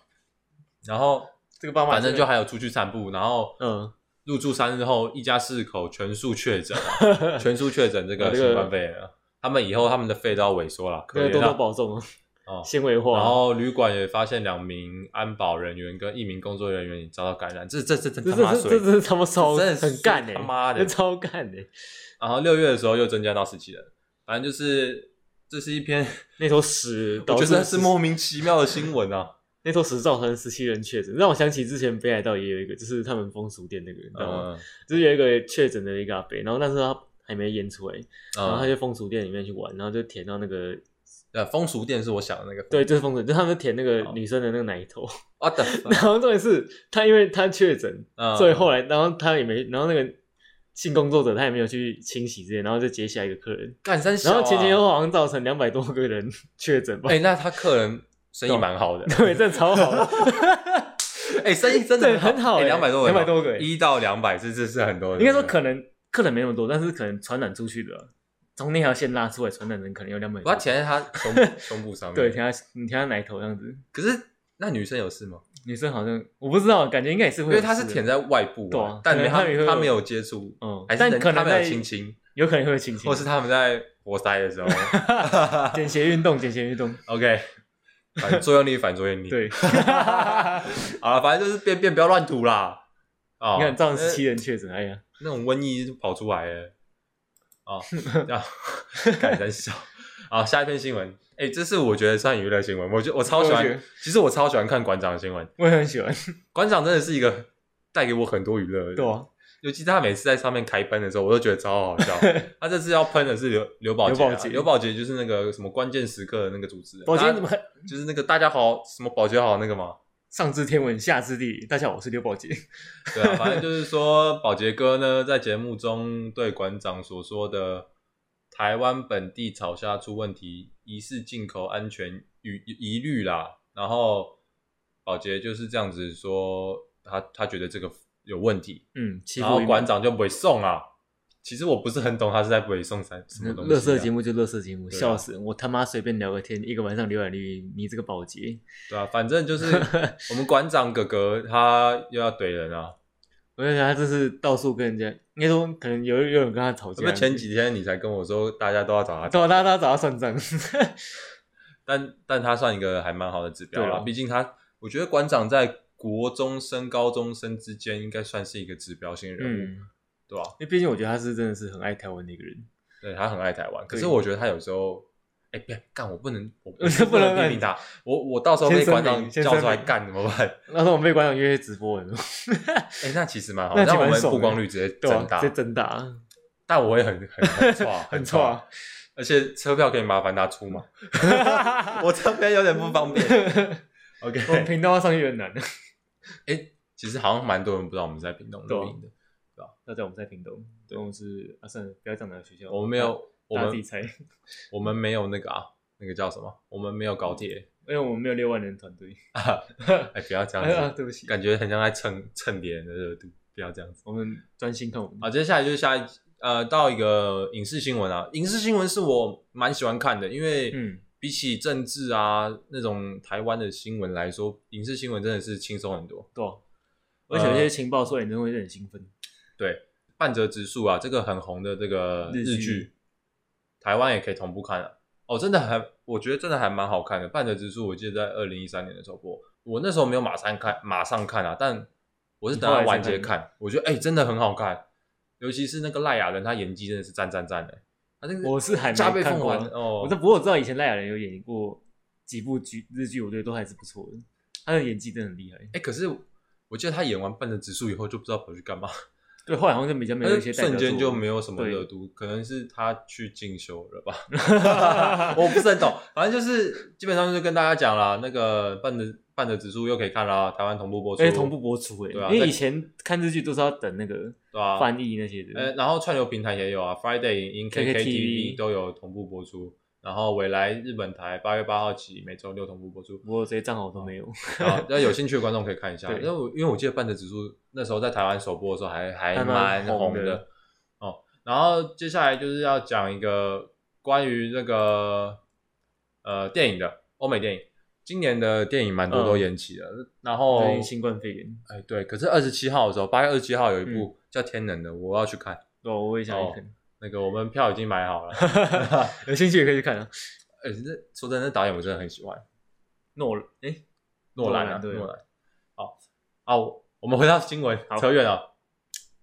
Speaker 1: 然后
Speaker 2: 这个爸妈
Speaker 1: 反正
Speaker 2: 真
Speaker 1: 就
Speaker 2: 的
Speaker 1: 还有出去散步，然后
Speaker 2: 嗯，
Speaker 1: 入住三日后，一家四口全数确诊，啊 全数确诊这
Speaker 2: 啊
Speaker 1: 个
Speaker 2: 这个
Speaker 1: 新冠肺炎啊，他们以后他们的肺都要萎缩了， 可
Speaker 2: 那
Speaker 1: 怜啊
Speaker 2: 多多
Speaker 1: 了。
Speaker 2: 保重哦，
Speaker 1: 哦
Speaker 2: 纤维化。啊
Speaker 1: 然后旅馆也发现两名安保人员跟一名工作人员也遭到感染，这这这这
Speaker 2: 这
Speaker 1: 他妈
Speaker 2: 这这
Speaker 1: 水
Speaker 2: 这！这他妈超
Speaker 1: 真的是
Speaker 2: 很干哎，
Speaker 1: 他妈的
Speaker 2: 这超干哎！
Speaker 1: 然后六月的时候又增加到十七人，反正就是这是一篇
Speaker 2: 那坨屎
Speaker 1: 我
Speaker 2: 导
Speaker 1: 觉
Speaker 2: 致
Speaker 1: 得是莫名其妙的新闻 啊。
Speaker 2: 那坨屎造成十七人确诊，让我想起之前北海道也有一个，就是他们风俗店那个，你知道吗？
Speaker 1: 嗯，
Speaker 2: 就是有一个确诊的一个阿北，然后那时候他还没验出来，然后他
Speaker 1: 嗯
Speaker 2: 就风俗店里面去玩，然后就舔到那个，
Speaker 1: 呃，风俗店是我想的那个。
Speaker 2: 对，就是风俗，就他们舔那个
Speaker 1: 哦
Speaker 2: 女生的那个奶头，
Speaker 1: 啊的，
Speaker 2: 然后重点是他因为他确诊，
Speaker 1: 嗯
Speaker 2: 所以后来然后他也没，然后那个性工作者他也没有去清洗这些，然后就接下一个客人，
Speaker 1: 干三小
Speaker 2: 然
Speaker 1: 啊
Speaker 2: 后前前后后好像造成两百多个人 确诊吧，
Speaker 1: 哎，那他客人生意蛮 好的，
Speaker 2: 对，这超好的，
Speaker 1: 哎， 生意真的
Speaker 2: 对很好哎
Speaker 1: 两百多人，哦
Speaker 2: 200多个哎
Speaker 1: 一到两百，这这是很多人。
Speaker 2: 应该说可能客人没那么多，但是可能传染出去的啊，从那条线拉出来传染的人可能有两百
Speaker 1: 我
Speaker 2: 多
Speaker 1: 要，舔在他胸 部胸部上面。
Speaker 2: 对，舔他你舔他奶头这样子，
Speaker 1: 可是那女生有事吗？
Speaker 2: 女生好像我不知道，感觉应该也是
Speaker 1: 因
Speaker 2: 会有
Speaker 1: 为
Speaker 2: 事的，
Speaker 1: 她是舔在外部
Speaker 2: 对
Speaker 1: 啊
Speaker 2: 啊，
Speaker 1: 但
Speaker 2: 可能
Speaker 1: 她
Speaker 2: 她也会有
Speaker 1: 她没有接触，
Speaker 2: 嗯
Speaker 1: 还，是
Speaker 2: 但
Speaker 1: 人
Speaker 2: 可
Speaker 1: 她
Speaker 2: 能
Speaker 1: 们
Speaker 2: 在嗯
Speaker 1: 有亲亲，
Speaker 2: 有可能会有亲亲，
Speaker 1: 或是他们在活塞的时 候。
Speaker 2: 减鞋运动，减鞋运动，
Speaker 1: OK，反作用力，反作用力。
Speaker 2: 对，
Speaker 1: 啊，反正就是便便不要乱吐啦。啊，
Speaker 2: 你看造成十七
Speaker 1: 那
Speaker 2: 人确诊，哎呀，
Speaker 1: 那种瘟疫就跑出来了。 啊，然后感人笑。好，下一篇新闻，哎、这是我觉得算娱乐新闻，我觉我超喜
Speaker 2: 我也觉
Speaker 1: 欢
Speaker 2: 得。
Speaker 1: 其实我超喜欢看馆长的新闻，
Speaker 2: 我也很喜欢，
Speaker 1: 馆长真的是一个带给我很多娱乐的人。
Speaker 2: 对啊，
Speaker 1: 尤其他每次在上面开喷的时候，我都觉得超好 笑。他这次要喷的是刘刘宝杰、
Speaker 2: 刘宝
Speaker 1: 啊，
Speaker 2: 杰
Speaker 1: 刘宝杰就是那个什么关键时刻的那个主持人，
Speaker 2: 宝
Speaker 1: 大
Speaker 2: 杰
Speaker 1: 家
Speaker 2: 怎么还
Speaker 1: 就是那个大家好什么保洁好那个嘛，
Speaker 2: 上知天文下知地理？大家好，我是刘宝杰，
Speaker 1: 对啊，反正就是说保洁哥呢在节目中对馆长所说的台湾本地草虾出问题，疑似进口安全疑疑虑啦，然后保洁就是这样子说他他觉得这个有问题，
Speaker 2: 嗯，欺
Speaker 1: 然
Speaker 2: 负
Speaker 1: 后馆长就不会送啊。其实我不是很懂他是在不会送什什么东西、啊。
Speaker 2: 乐色节目就乐色节目，
Speaker 1: 对啊
Speaker 2: 笑死人！我他妈随便聊个天，一个晚上浏览率，你这个保洁，
Speaker 1: 对啊，反正就是 我们馆长哥哥他又要怼人啊！
Speaker 2: 我就觉得他这是到处跟人家，应该说可能有有人跟他吵
Speaker 1: 这
Speaker 2: 架
Speaker 1: 不，前几天你才跟我说大家都要找他
Speaker 2: 对啊，
Speaker 1: 打，
Speaker 2: 大家大家找他 算账，
Speaker 1: 但但他算一个还蛮好的指标
Speaker 2: 对
Speaker 1: 了，
Speaker 2: 啊
Speaker 1: 毕竟他我觉得馆长在国中生、高中生之间应该算是一个指标性人物，
Speaker 2: 嗯，
Speaker 1: 对吧、
Speaker 2: 因为毕竟我觉得他是真的是很爱台湾的一个人，
Speaker 1: 对他很爱台湾，可是
Speaker 2: 对
Speaker 1: 我觉得他有时候。哎，别干！我不能，我 我
Speaker 2: 这
Speaker 1: 不
Speaker 2: 不能
Speaker 1: 能批评他。我我到时候被
Speaker 2: 先声
Speaker 1: 馆长
Speaker 2: 明先
Speaker 1: 叫
Speaker 2: 声
Speaker 1: 出来
Speaker 2: 明
Speaker 1: 干怎么办？
Speaker 2: 那时候我们被馆长约直播了，
Speaker 1: 哎，那其实蛮好，
Speaker 2: 那其
Speaker 1: 让
Speaker 2: 实
Speaker 1: 我们
Speaker 2: 蛮爽
Speaker 1: 曝
Speaker 2: 的
Speaker 1: 光率直接
Speaker 2: 对
Speaker 1: 增
Speaker 2: 啊，
Speaker 1: 大
Speaker 2: 这。真大，
Speaker 1: 但我也很很很 差，
Speaker 2: 很
Speaker 1: 差。
Speaker 2: 差，
Speaker 1: 而且车票可以麻烦他出 吗？我这边有点不方便。
Speaker 2: 我们
Speaker 1: OK，
Speaker 2: 频道要上去很难，啊
Speaker 1: 其实好像蛮多人不知道我们在屏东
Speaker 2: 对啊
Speaker 1: 录音的，
Speaker 2: 大家我们在屏东，对，我们是啊，算了，不要讲哪个学校，
Speaker 1: 我们没有，我
Speaker 2: 大家自己
Speaker 1: 们
Speaker 2: 猜， 因
Speaker 1: 我们没有那个啊，那个叫什么？我们没有高 铁。
Speaker 2: 为我们没有六万人团队，
Speaker 1: 哎，不要这
Speaker 2: 哎 啊，
Speaker 1: 样子，
Speaker 2: 对不起，
Speaker 1: 感觉很像在蹭蹭别人的热度，不要这样子。
Speaker 2: 我们专心看我们，
Speaker 1: 好，接下来就是下一呃，到一个影视新闻啊，影视新闻是我蛮喜欢看的，因为
Speaker 2: 嗯
Speaker 1: 比起政治啊那种台湾的新闻来说，影视新闻真的是轻松很多。
Speaker 2: 对啊，而且有
Speaker 1: 嗯
Speaker 2: 些情报出来，你真的会很兴奋，
Speaker 1: 半泽直树啊，这个很红的这个
Speaker 2: 日
Speaker 1: 日
Speaker 2: 剧
Speaker 1: 剧，台湾也可以同步看啊。哦，真的还，我觉得真的还蛮好看的。半泽直树，我记得在二零一三年的时候播，我那时候没有马上看，马上看啊，但我是等它
Speaker 2: 你后来
Speaker 1: 完
Speaker 2: 才
Speaker 1: 结
Speaker 2: 看
Speaker 1: 看。我觉得哎、真的很好看，尤其是那个赖雅人，他演技真的是赞赞赞的。他那个
Speaker 2: 我是还没
Speaker 1: 加倍
Speaker 2: 看
Speaker 1: 奉
Speaker 2: 过
Speaker 1: 还
Speaker 2: 啊
Speaker 1: 哦，
Speaker 2: 我这不过我知道以前赖雅人有演过几部剧日剧，我觉得都还是不错的，他的演技真的很厉害。
Speaker 1: 哎、可是我记得他演完半泽直树以后就不知道跑去干嘛，
Speaker 2: 对，后来好像就比较没有一些代表
Speaker 1: 瞬间就
Speaker 2: 作
Speaker 1: 没有什么
Speaker 2: 对
Speaker 1: 热度，可能是他去进修了吧。 我不是很懂，反正就是基本上就是跟大家讲啦，那个半的半的指数又可以看啦，台湾同步播出，
Speaker 2: 而且同步播出哎、
Speaker 1: 对啊
Speaker 2: 因
Speaker 1: 在
Speaker 2: 为以前看日剧都是要等那个
Speaker 1: 对啊，
Speaker 2: 翻译那些的。
Speaker 1: 呃，然后串流平台也有啊，Friday 影音 KKTV
Speaker 2: KKTV
Speaker 1: 都有同步播出，然后未来日本台八月八号起每周六同步播出，
Speaker 2: 我这些账号都没有，
Speaker 1: 然 后那有兴趣的观众可以看一下，
Speaker 2: 对
Speaker 1: 因为我因为我记得半泽直树那时候在台湾首播的时候还还
Speaker 2: 还
Speaker 1: 蛮
Speaker 2: 蛮
Speaker 1: 红
Speaker 2: 红的
Speaker 1: 的哦。然后接下来就是要讲一个关于那个呃电影的欧美电影，今年的电影蛮多都延期了，然后
Speaker 2: 对于嗯新冠肺炎，
Speaker 1: 哎对，可是二十七号的时候，八月二十七号有一
Speaker 2: 嗯
Speaker 1: 部叫《天能》的，我要去看。
Speaker 2: 哦，我也想去看，
Speaker 1: 那个我们票已经买好了。
Speaker 2: 有兴趣也可以去看啊。
Speaker 1: 哎，这说真的，那导演我真的很喜欢，
Speaker 2: 诺兰，哎，
Speaker 1: 诺兰啊，
Speaker 2: 诺兰对
Speaker 1: 诺兰。好，啊，我我们回到新闻，
Speaker 2: 好
Speaker 1: 扯远了。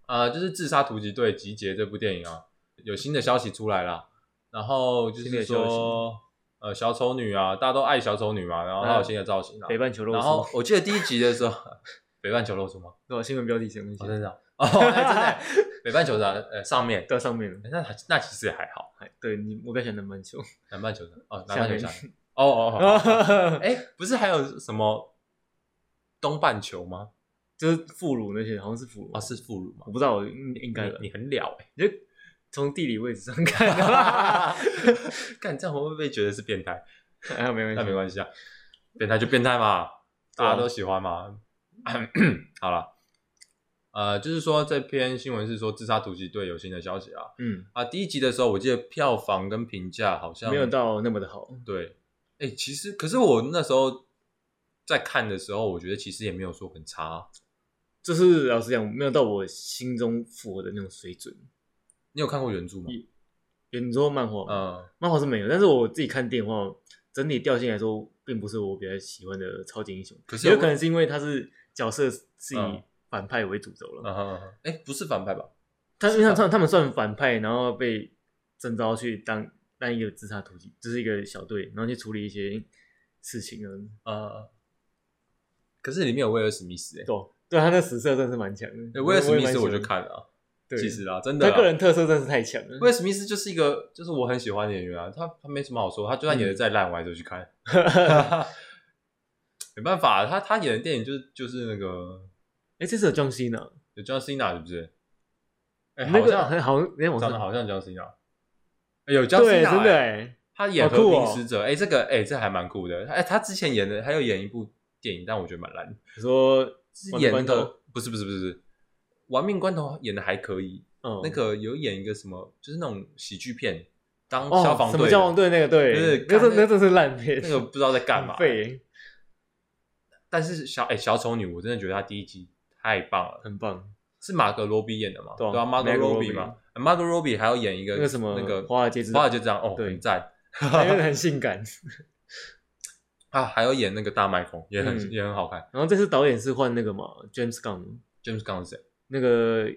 Speaker 1: 啊，就是《自杀突击队集结》这部电影啊，有新的消息出来啦。然后就
Speaker 2: 新
Speaker 1: 是
Speaker 2: 的消息
Speaker 1: 说，呃，小丑女啊，大家都爱小丑女嘛，然后她有新的造型啊。
Speaker 2: 北半球露出，
Speaker 1: 然后我记得第一集的时候， 北半球露出吗？
Speaker 2: 对吧？新闻标题写那
Speaker 1: 哦，
Speaker 2: 些，
Speaker 1: 真的啊哦，哎真的哎， 北半球的呃上面，
Speaker 2: 到上面了。
Speaker 1: 哎那那其实也还好，
Speaker 2: 哎对你，我比较喜欢南半球。
Speaker 1: 南半球的哦，南
Speaker 2: 下
Speaker 1: 半球
Speaker 2: 面
Speaker 1: 下面，哦哦哦，好 好哎，不是还有什么东半球吗？
Speaker 2: 就是副乳那些，好像是副乳
Speaker 1: 啊，是副乳吗
Speaker 2: 我？不知道，我
Speaker 1: 嗯
Speaker 2: 应应该的。
Speaker 1: 你你很了 哎，
Speaker 2: 你就欸从地理位置上看，
Speaker 1: 干这样会不会被觉得是变态？
Speaker 2: 哎呀，没关
Speaker 1: 那没
Speaker 2: 系，
Speaker 1: 关系啊，变态就变态嘛，
Speaker 2: 对啊
Speaker 1: 大家都喜欢嘛。
Speaker 2: 啊
Speaker 1: 好了，呃，就是说这篇新闻是说自杀突击队有新的消息啊。
Speaker 2: 嗯，
Speaker 1: 啊，第一集的时候，我记得票房跟评价好像
Speaker 2: 没有到那么的好，
Speaker 1: 对。哎、其实可是我那时候在看的时候，我觉得其实也没有说很差。啊
Speaker 2: 就是老实讲，没有到我心中符合的那种水准。
Speaker 1: 你有看过原著吗？
Speaker 2: 你说漫画吗，
Speaker 1: 嗯，
Speaker 2: 漫画是没有，但是我自己看电话，整体调性来说，并不是我比较喜欢的超级英雄。
Speaker 1: 可是
Speaker 2: 也有
Speaker 1: 我
Speaker 2: 可能是因为他是角色是以
Speaker 1: 嗯
Speaker 2: 反派为主轴了，
Speaker 1: 嗯啊哼嗯哼，哎、不是反派吧？
Speaker 2: 他因为他他他们算反派，然后被征召去当当一个自杀突击，就是一个小队，然后去处理一些事情啊。
Speaker 1: 呃，可是里面有威尔史密斯哎、
Speaker 2: 对哦，对他那实色真的是蛮强的。
Speaker 1: 对，威尔史密
Speaker 2: 也蛮
Speaker 1: 斯
Speaker 2: 喜
Speaker 1: 我
Speaker 2: 欢
Speaker 1: 就，看了啊、
Speaker 2: 对
Speaker 1: 其实啊，真的
Speaker 2: 他
Speaker 1: 啊、
Speaker 2: 个人特色真的是太强了。
Speaker 1: 威尔史密斯就是一个，就是我很喜欢的演员啊，他他没什么好说，他就算
Speaker 2: 嗯
Speaker 1: 演的再烂，我还是会去 看。没办法，他他演的电影就是就是那个
Speaker 2: 哎，这次有 John Cena，
Speaker 1: 有 John Cena 是不是？哎、
Speaker 2: 那
Speaker 1: 好
Speaker 2: 个
Speaker 1: 像
Speaker 2: 很好，哎，我
Speaker 1: 长得
Speaker 2: 上
Speaker 1: 好像 John Cena，、哎有 John Cena，、
Speaker 2: 对，真的
Speaker 1: 哎
Speaker 2: 哎，
Speaker 1: 他演
Speaker 2: 好
Speaker 1: 和
Speaker 2: 酷
Speaker 1: 平
Speaker 2: 哦
Speaker 1: 使者，哎、这个哎、这还蛮酷的，哎、他之前演的还有演一部电影，但我觉得蛮烂的，
Speaker 2: 你说
Speaker 1: 是
Speaker 2: 玩命
Speaker 1: 演
Speaker 2: 关
Speaker 1: 的
Speaker 2: 头，
Speaker 1: 不是不是不是不是，玩命关头演的还可以，
Speaker 2: 嗯
Speaker 1: 那个有演一个什么，就是那种喜剧片，当
Speaker 2: 哦
Speaker 1: 消防
Speaker 2: 什
Speaker 1: 队
Speaker 2: 么
Speaker 1: 的，
Speaker 2: 消防队那个
Speaker 1: 对
Speaker 2: 对
Speaker 1: 对，
Speaker 2: 那
Speaker 1: 干
Speaker 2: 真
Speaker 1: 那
Speaker 2: 那真是烂片，
Speaker 1: 那个不知道在干嘛
Speaker 2: 很。废，
Speaker 1: 但是小哎、小丑女，我真的觉得她第一集太棒了，
Speaker 2: 很 棒。
Speaker 1: 是马格罗比演的嘛？
Speaker 2: 对啊
Speaker 1: 啊，马格
Speaker 2: Margot
Speaker 1: 罗比
Speaker 2: Robbie
Speaker 1: 嘛，马格罗比还要演一个
Speaker 2: 那个什么，
Speaker 1: 那个
Speaker 2: 华尔街之
Speaker 1: 华尔
Speaker 2: 街，
Speaker 1: 街之狼哦，
Speaker 2: 对
Speaker 1: 很赞
Speaker 2: 那个很性感。
Speaker 1: 啊，还有演那个大麦风也很、
Speaker 2: 嗯
Speaker 1: 也很好看。
Speaker 2: 然后这次导演是换那个嘛，James Gunn，
Speaker 1: James Gunn 是谁？
Speaker 2: 那个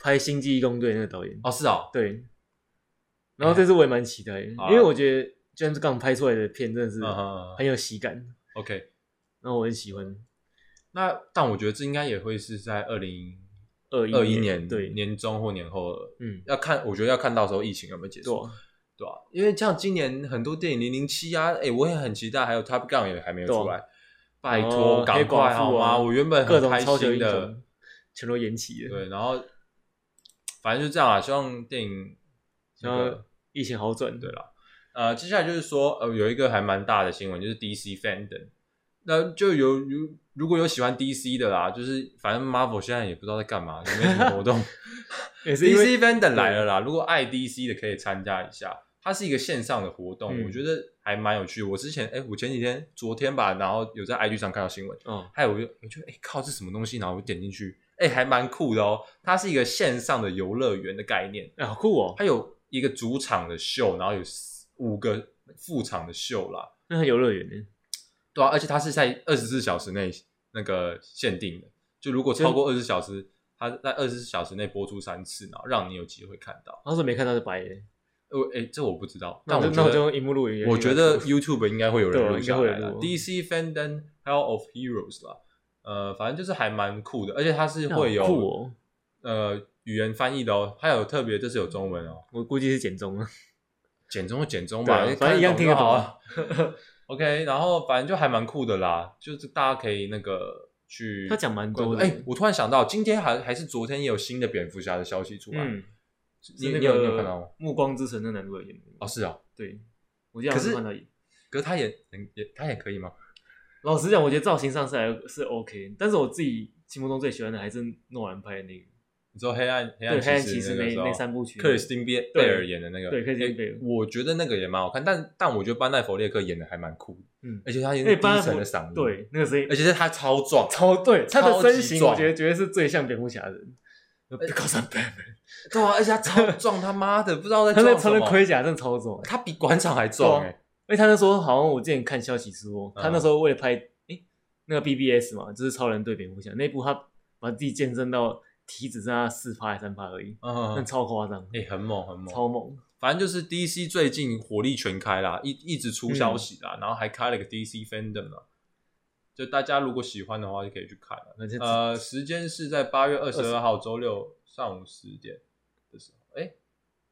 Speaker 2: 拍《星际义工队》那个导演。
Speaker 1: 哦，是哦，
Speaker 2: 对，然后这次我也蛮期待的，
Speaker 1: 好啊
Speaker 2: 因为我觉得 James Gunn 拍出来的片真的是
Speaker 1: 嗯哼
Speaker 2: 很有喜感，
Speaker 1: ，OK。
Speaker 2: 然后我很喜欢。
Speaker 1: 那但我觉得这应该也会是在二零
Speaker 2: 二
Speaker 1: 二一
Speaker 2: 一
Speaker 1: 年
Speaker 2: 对，
Speaker 1: 年中或年后，
Speaker 2: 嗯，
Speaker 1: 要看我觉得要看到时候疫情有没有结
Speaker 2: 对
Speaker 1: 束。
Speaker 2: 啊，
Speaker 1: 对啊，因为像今年很多电影《零零七》啊，哎、我也很期待，还有《Top Gun》也还没有出来，拜托，
Speaker 2: 哦
Speaker 1: 赶、
Speaker 2: 啊黑
Speaker 1: 快
Speaker 2: 寡
Speaker 1: 好
Speaker 2: 妇
Speaker 1: 吗？
Speaker 2: 啊，
Speaker 1: 我原本
Speaker 2: 各
Speaker 1: 很
Speaker 2: 种
Speaker 1: 开
Speaker 2: 超级
Speaker 1: 心
Speaker 2: 英
Speaker 1: 的，
Speaker 2: 雄全都延期了，
Speaker 1: 对，然后反正就这样啊，希望电 影那
Speaker 2: 然后
Speaker 1: 个
Speaker 2: 疫情好转，
Speaker 1: 对了，
Speaker 2: 嗯
Speaker 1: 呃，接下来就是说，呃，有一个还蛮大的新闻，就是 DC fandom，那就有如如果有喜欢 DC 的啦，就是反正 Marvel 现在也不知道在干嘛，也没什么活动。
Speaker 2: 也是因为
Speaker 1: DC Fandom 来了啦，如果爱 DC 的可以参加一下，它是一个线上的活动，
Speaker 2: 嗯
Speaker 1: 我觉得还蛮有趣。我之前哎、我前几天昨天吧，然后有在 IG 上看到新闻，
Speaker 2: 哦，
Speaker 1: 还有我就我觉得哎、靠，这什么东西？然后我点进去，哎、还蛮酷的哦。它是一个线上的游乐园的概念，
Speaker 2: 哎，好酷哦，
Speaker 1: 它有一个主场的秀，然后有四五个副场的秀啦，
Speaker 2: 那很游乐园呢，
Speaker 1: 对啊，而且它是在二十四小时内那个限定的，就如果超过二十小时。它在二十四小时内播出三次，然后让你有机会看到。
Speaker 2: 当时没看到是白的，
Speaker 1: 呃，哎、这我不知道，
Speaker 2: 那
Speaker 1: 但
Speaker 2: 我
Speaker 1: 我
Speaker 2: 就
Speaker 1: 觉
Speaker 2: 那我
Speaker 1: 得
Speaker 2: 就用荧幕录影
Speaker 1: 我觉得 YouTube 应该会有
Speaker 2: 对啊
Speaker 1: 人录
Speaker 2: 应该
Speaker 1: 下
Speaker 2: 会
Speaker 1: 来
Speaker 2: 有
Speaker 1: 啦
Speaker 2: 录
Speaker 1: DC Fandom Hell of Heroes 啦，呃，反正就是还蛮酷的，而且它是
Speaker 2: 那好
Speaker 1: 会有、
Speaker 2: 酷哦，
Speaker 1: 呃语言翻译的哦，它有特别这是有中文哦，
Speaker 2: 我估计是啊简中了，
Speaker 1: 简中就简中
Speaker 2: 对
Speaker 1: 吧
Speaker 2: 啊，
Speaker 1: 你
Speaker 2: 反正一样
Speaker 1: 看就好啊。
Speaker 2: 听
Speaker 1: OK，然后反正就还蛮酷的啦，就是大家可以那个去
Speaker 2: 他讲蛮
Speaker 1: 关注。
Speaker 2: 多的，
Speaker 1: 哎、我突然想到，今天还还是昨天也有新的蝙蝠侠的消息出来，
Speaker 2: 嗯，
Speaker 1: 你、
Speaker 2: 是那
Speaker 1: 你有
Speaker 2: 个
Speaker 1: 你有看到吗？
Speaker 2: 暮光之城》的男主演的
Speaker 1: 哦，是哦，
Speaker 2: 对，我记得
Speaker 1: 可
Speaker 2: 好
Speaker 1: 是
Speaker 2: 像看到演。
Speaker 1: 可是他也能也他也可以吗？
Speaker 2: 老实讲，我觉得造型上是还是 OK，但是我自己心目中最喜欢的还是诺兰拍的那个
Speaker 1: 你知道黑暗黑
Speaker 2: 对，
Speaker 1: 暗
Speaker 2: 黑暗
Speaker 1: 骑
Speaker 2: 骑
Speaker 1: 士
Speaker 2: 士
Speaker 1: 那个
Speaker 2: 那
Speaker 1: 时候
Speaker 2: 那三部曲，
Speaker 1: 克里斯汀贝
Speaker 2: 对
Speaker 1: 贝尔演的那个，
Speaker 2: 对克里斯汀
Speaker 1: 诶
Speaker 2: 贝尔
Speaker 1: 我觉得那个也蛮好看，但但我觉得班奈佛列克演的还蛮酷的，
Speaker 2: 嗯
Speaker 1: 而且他演
Speaker 2: 哎
Speaker 1: 低
Speaker 2: 班奈
Speaker 1: 沉
Speaker 2: 佛
Speaker 1: 的嗓音，，
Speaker 2: 对那个声音
Speaker 1: 而，且是他超壮，
Speaker 2: 超对他的
Speaker 1: 超级
Speaker 2: 身形，
Speaker 1: 壮呃
Speaker 2: 我觉得绝对是最像蝙蝠侠的人。Because I'm Batman，
Speaker 1: 对啊，而且他超壮，他妈的不知道在
Speaker 2: 他那
Speaker 1: 壮
Speaker 2: 穿
Speaker 1: 什
Speaker 2: 的
Speaker 1: 么，
Speaker 2: 盔甲真的超重，
Speaker 1: 他比馆长还壮
Speaker 2: 对啊
Speaker 1: 哎，
Speaker 2: 而且他那时候好像我之前看消息说，
Speaker 1: 嗯
Speaker 2: 他那时候为了拍诶那个 BBS 嘛，就是超人对蝙蝠侠那部，他把自己健身到体脂剩下四趴还三趴而已，那
Speaker 1: 嗯，
Speaker 2: 超夸张，
Speaker 1: 哎，很猛很猛，
Speaker 2: 超猛，
Speaker 1: 反正就是 DC 最近火力全开啦，一一直出
Speaker 2: 嗯
Speaker 1: 消息啦，然后还开了个 DC fandom 啦，就大家如果喜欢的话就可以去看了。
Speaker 2: 而且
Speaker 1: 呃，时间是在八月二十二号周六上午十点的时候，哎、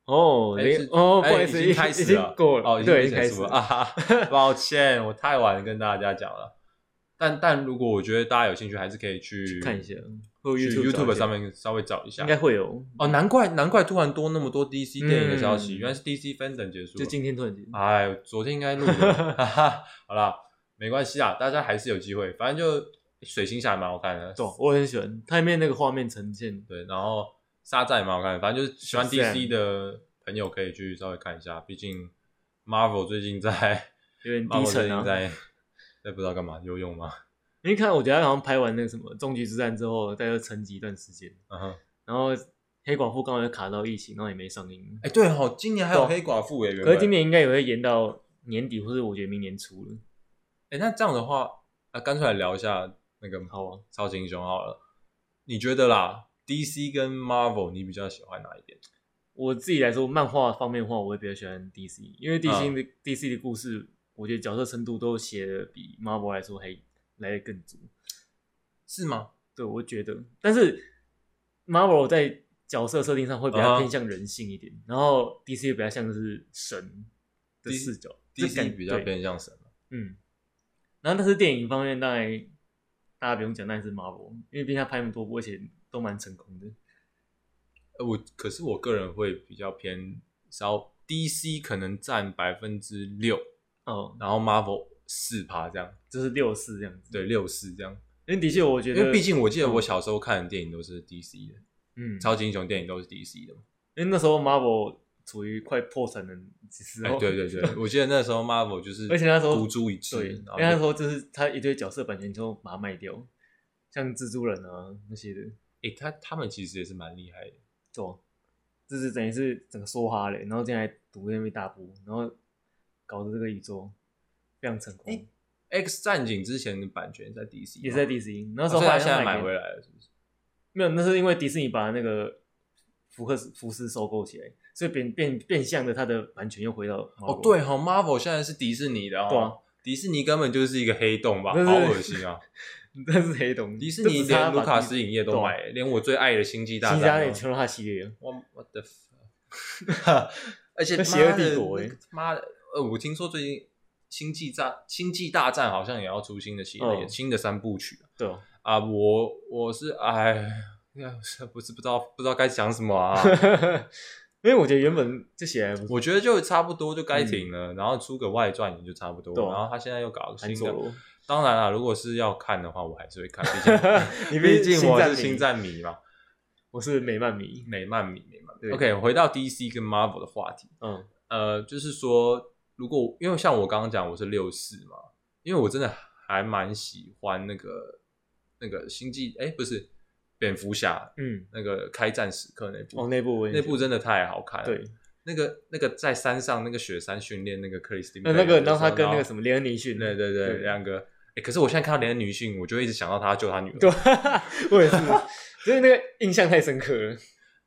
Speaker 2: 哦，
Speaker 1: 哎
Speaker 2: 你
Speaker 1: 是
Speaker 2: 哦，
Speaker 1: 哎
Speaker 2: 不好意思，
Speaker 1: 已经开始
Speaker 2: 已经
Speaker 1: 了
Speaker 2: 过了，
Speaker 1: 哦，已经
Speaker 2: 呃对，已
Speaker 1: 变
Speaker 2: 经开
Speaker 1: 成
Speaker 2: 始
Speaker 1: 什 么啊？哈哈抱歉，我太晚跟大家讲了。但但如果我觉得大家有兴趣，还是可以去
Speaker 2: 去看一下，或者
Speaker 1: 去
Speaker 2: YouTube 找一
Speaker 1: YouTube
Speaker 2: 下
Speaker 1: 上面稍微找一下
Speaker 2: 应。该会有，
Speaker 1: 哦，难怪难怪突然多那么多 DC 电影的消息，
Speaker 2: 嗯
Speaker 1: 原来是 DC fandom 结束了。
Speaker 2: 就今天突然间，
Speaker 1: 哎，昨天应该录 了，哈哈，好啦，没关系啊，大家还是有机会，反正就水星侠也蛮好看的，
Speaker 2: 对，我很喜欢它里面那个画面呈现，
Speaker 1: 对，然后沙赞也蛮好看的，反正就是喜欢
Speaker 2: 是啊
Speaker 1: DC 的朋友可以去稍微看一下，毕竟 Marvel 最近在
Speaker 2: 有点低
Speaker 1: Marvel 最
Speaker 2: 沉
Speaker 1: 近
Speaker 2: 啊。
Speaker 1: 在在不知道干嘛游泳吗？
Speaker 2: 因为看我觉得他好像拍完那个什么《终局之战》之后，大家就沉寂一段时间，
Speaker 1: 嗯哼，
Speaker 2: 然后黑寡妇刚好又卡到疫情，然后也没上映。
Speaker 1: 哎，对哦，今年还有
Speaker 2: 对
Speaker 1: 黑寡妇耶，原
Speaker 2: 可是
Speaker 1: 本
Speaker 2: 今年应该也会延到年底，或者我觉得明年初了。
Speaker 1: 哎，那这样的话，啊，干脆来聊一下那个
Speaker 2: 好啊，
Speaker 1: 超级英雄好了，你觉得啦，DC 跟 Marvel 你比较喜欢哪一边？
Speaker 2: 我自己来说，漫画方面的话，我会比较喜欢 DC，因为 DC
Speaker 1: 嗯
Speaker 2: 的、DC 的故事，我觉得角色深度都写的比 Marvel 来说还来的更足。
Speaker 1: 是吗？
Speaker 2: 对，我觉得，但是 Marvel 在角色设定上会比
Speaker 1: 啊
Speaker 2: 较
Speaker 1: 哈
Speaker 2: 偏向人性一点然后 DC 比较像是神的
Speaker 1: D-
Speaker 2: 视角这感
Speaker 1: DC 比较
Speaker 2: 对
Speaker 1: 偏向神嘛，
Speaker 2: 嗯。然后，但是电影方面，当然大家不用讲，当然是 Marvel，因为毕竟他拍那么多部，而且都蛮成功的。
Speaker 1: 呃我可是我个人会比较偏稍 DC 可能占百分之六，
Speaker 2: 哦，
Speaker 1: 然后 Marvel 四趴这样，
Speaker 2: 就是六四这样子。
Speaker 1: 对，，六四这样。
Speaker 2: 因为的确，我嗯觉
Speaker 1: 因
Speaker 2: 得，
Speaker 1: 为毕竟我记得我小时候看的电影都是 DC 的，
Speaker 2: 嗯，
Speaker 1: 超级英雄电影都是 DC 的嘛。
Speaker 2: 因为那时候 Marvel 处于快破产的时
Speaker 1: 哎、
Speaker 2: 候，
Speaker 1: 对对 对，我记得那时候 Marvel 就是，
Speaker 2: 而且那时候
Speaker 1: 孤注一掷，
Speaker 2: 对，
Speaker 1: 然
Speaker 2: 因
Speaker 1: 后
Speaker 2: 为那时候就是他一堆角色版权就把它卖掉，像蜘蛛人啊那些的，
Speaker 1: 哎、他他们其实也是蛮厉害的。
Speaker 2: 对啊，就是等于是整个梭哈嘞，然后进来赌那边大步，然后搞的这个宇宙非常成功，
Speaker 1: 哎 X 战警之前的版权在 DC，
Speaker 2: 也是在
Speaker 1: 嘛
Speaker 2: DC，那
Speaker 1: 哦
Speaker 2: 时候
Speaker 1: 所以
Speaker 2: 后来
Speaker 1: 他现在买
Speaker 2: 给
Speaker 1: 回来了，是不是？
Speaker 2: 没有，那是因为迪士尼把那个福克斯福斯收购起来，所以变变变相的它的版权又回到
Speaker 1: 哦
Speaker 2: Marvel，
Speaker 1: 对哈、m a r v e l 现在是迪士尼的哈、
Speaker 2: 对啊
Speaker 1: 迪士尼根本就是一个黑洞吧，
Speaker 2: 但是
Speaker 1: 好恶心 啊！
Speaker 2: 但是黑洞，
Speaker 1: 迪士尼
Speaker 2: 就只差
Speaker 1: 连卢
Speaker 2: 把
Speaker 1: 卡
Speaker 2: 迪啊
Speaker 1: 斯影业都买，连我最爱的《星际大
Speaker 2: 新加
Speaker 1: 战啊
Speaker 2: 也》全都他系列了，
Speaker 1: 我我的，fuck 而且
Speaker 2: 那
Speaker 1: 妈
Speaker 2: 邪恶
Speaker 1: 的
Speaker 2: 帝国
Speaker 1: 那
Speaker 2: 欸
Speaker 1: 个妈的，呃，我听说最近《星际战》《星际大战》好像也要出新的系列，
Speaker 2: 哦
Speaker 1: 新的三部曲
Speaker 2: 对哦，
Speaker 1: 啊！我我是哎，那是不是不知道不知道该讲什么啊？
Speaker 2: 因为我觉得原本这写还不错，
Speaker 1: 我觉得就差不多就该停了，然后出个外传也就差不多。
Speaker 2: 嗯对啊
Speaker 1: 然后他现在又搞个
Speaker 2: 韩
Speaker 1: 新
Speaker 2: 佐
Speaker 1: 的，
Speaker 2: 罗，
Speaker 1: 当然啦，如果是要看的话，我还是会看，毕竟
Speaker 2: 你
Speaker 1: 毕竟我是
Speaker 2: 星
Speaker 1: 星
Speaker 2: 战迷，
Speaker 1: 战迷嘛，
Speaker 2: 我是美漫迷，
Speaker 1: 美漫迷，美漫迷。
Speaker 2: 对
Speaker 1: OK，回到 DC 跟 Marvel 的话题，
Speaker 2: 嗯，
Speaker 1: 呃，就是说，如果因为像我刚刚讲，我是六四嘛，因为我真的还蛮喜欢那个那个星际，哎，不是蝙蝠侠
Speaker 2: 嗯，
Speaker 1: 那个开战时刻那部，
Speaker 2: 哦，那部我也
Speaker 1: 那部
Speaker 2: 觉
Speaker 1: 真的太好看了。
Speaker 2: 得对，，
Speaker 1: 那个那个在山上那个雪山训练那个克里斯汀
Speaker 2: 那
Speaker 1: 贝尔
Speaker 2: 呃那
Speaker 1: 的时候，
Speaker 2: 个然后他跟那个什
Speaker 1: 么，
Speaker 2: 么连恩尼逊，
Speaker 1: 对对对，
Speaker 2: 对
Speaker 1: 两个，哎，可是我现在看到连恩女性，我就一直想到他救他女儿。
Speaker 2: 对， 我也是，所以那个印象太深刻了，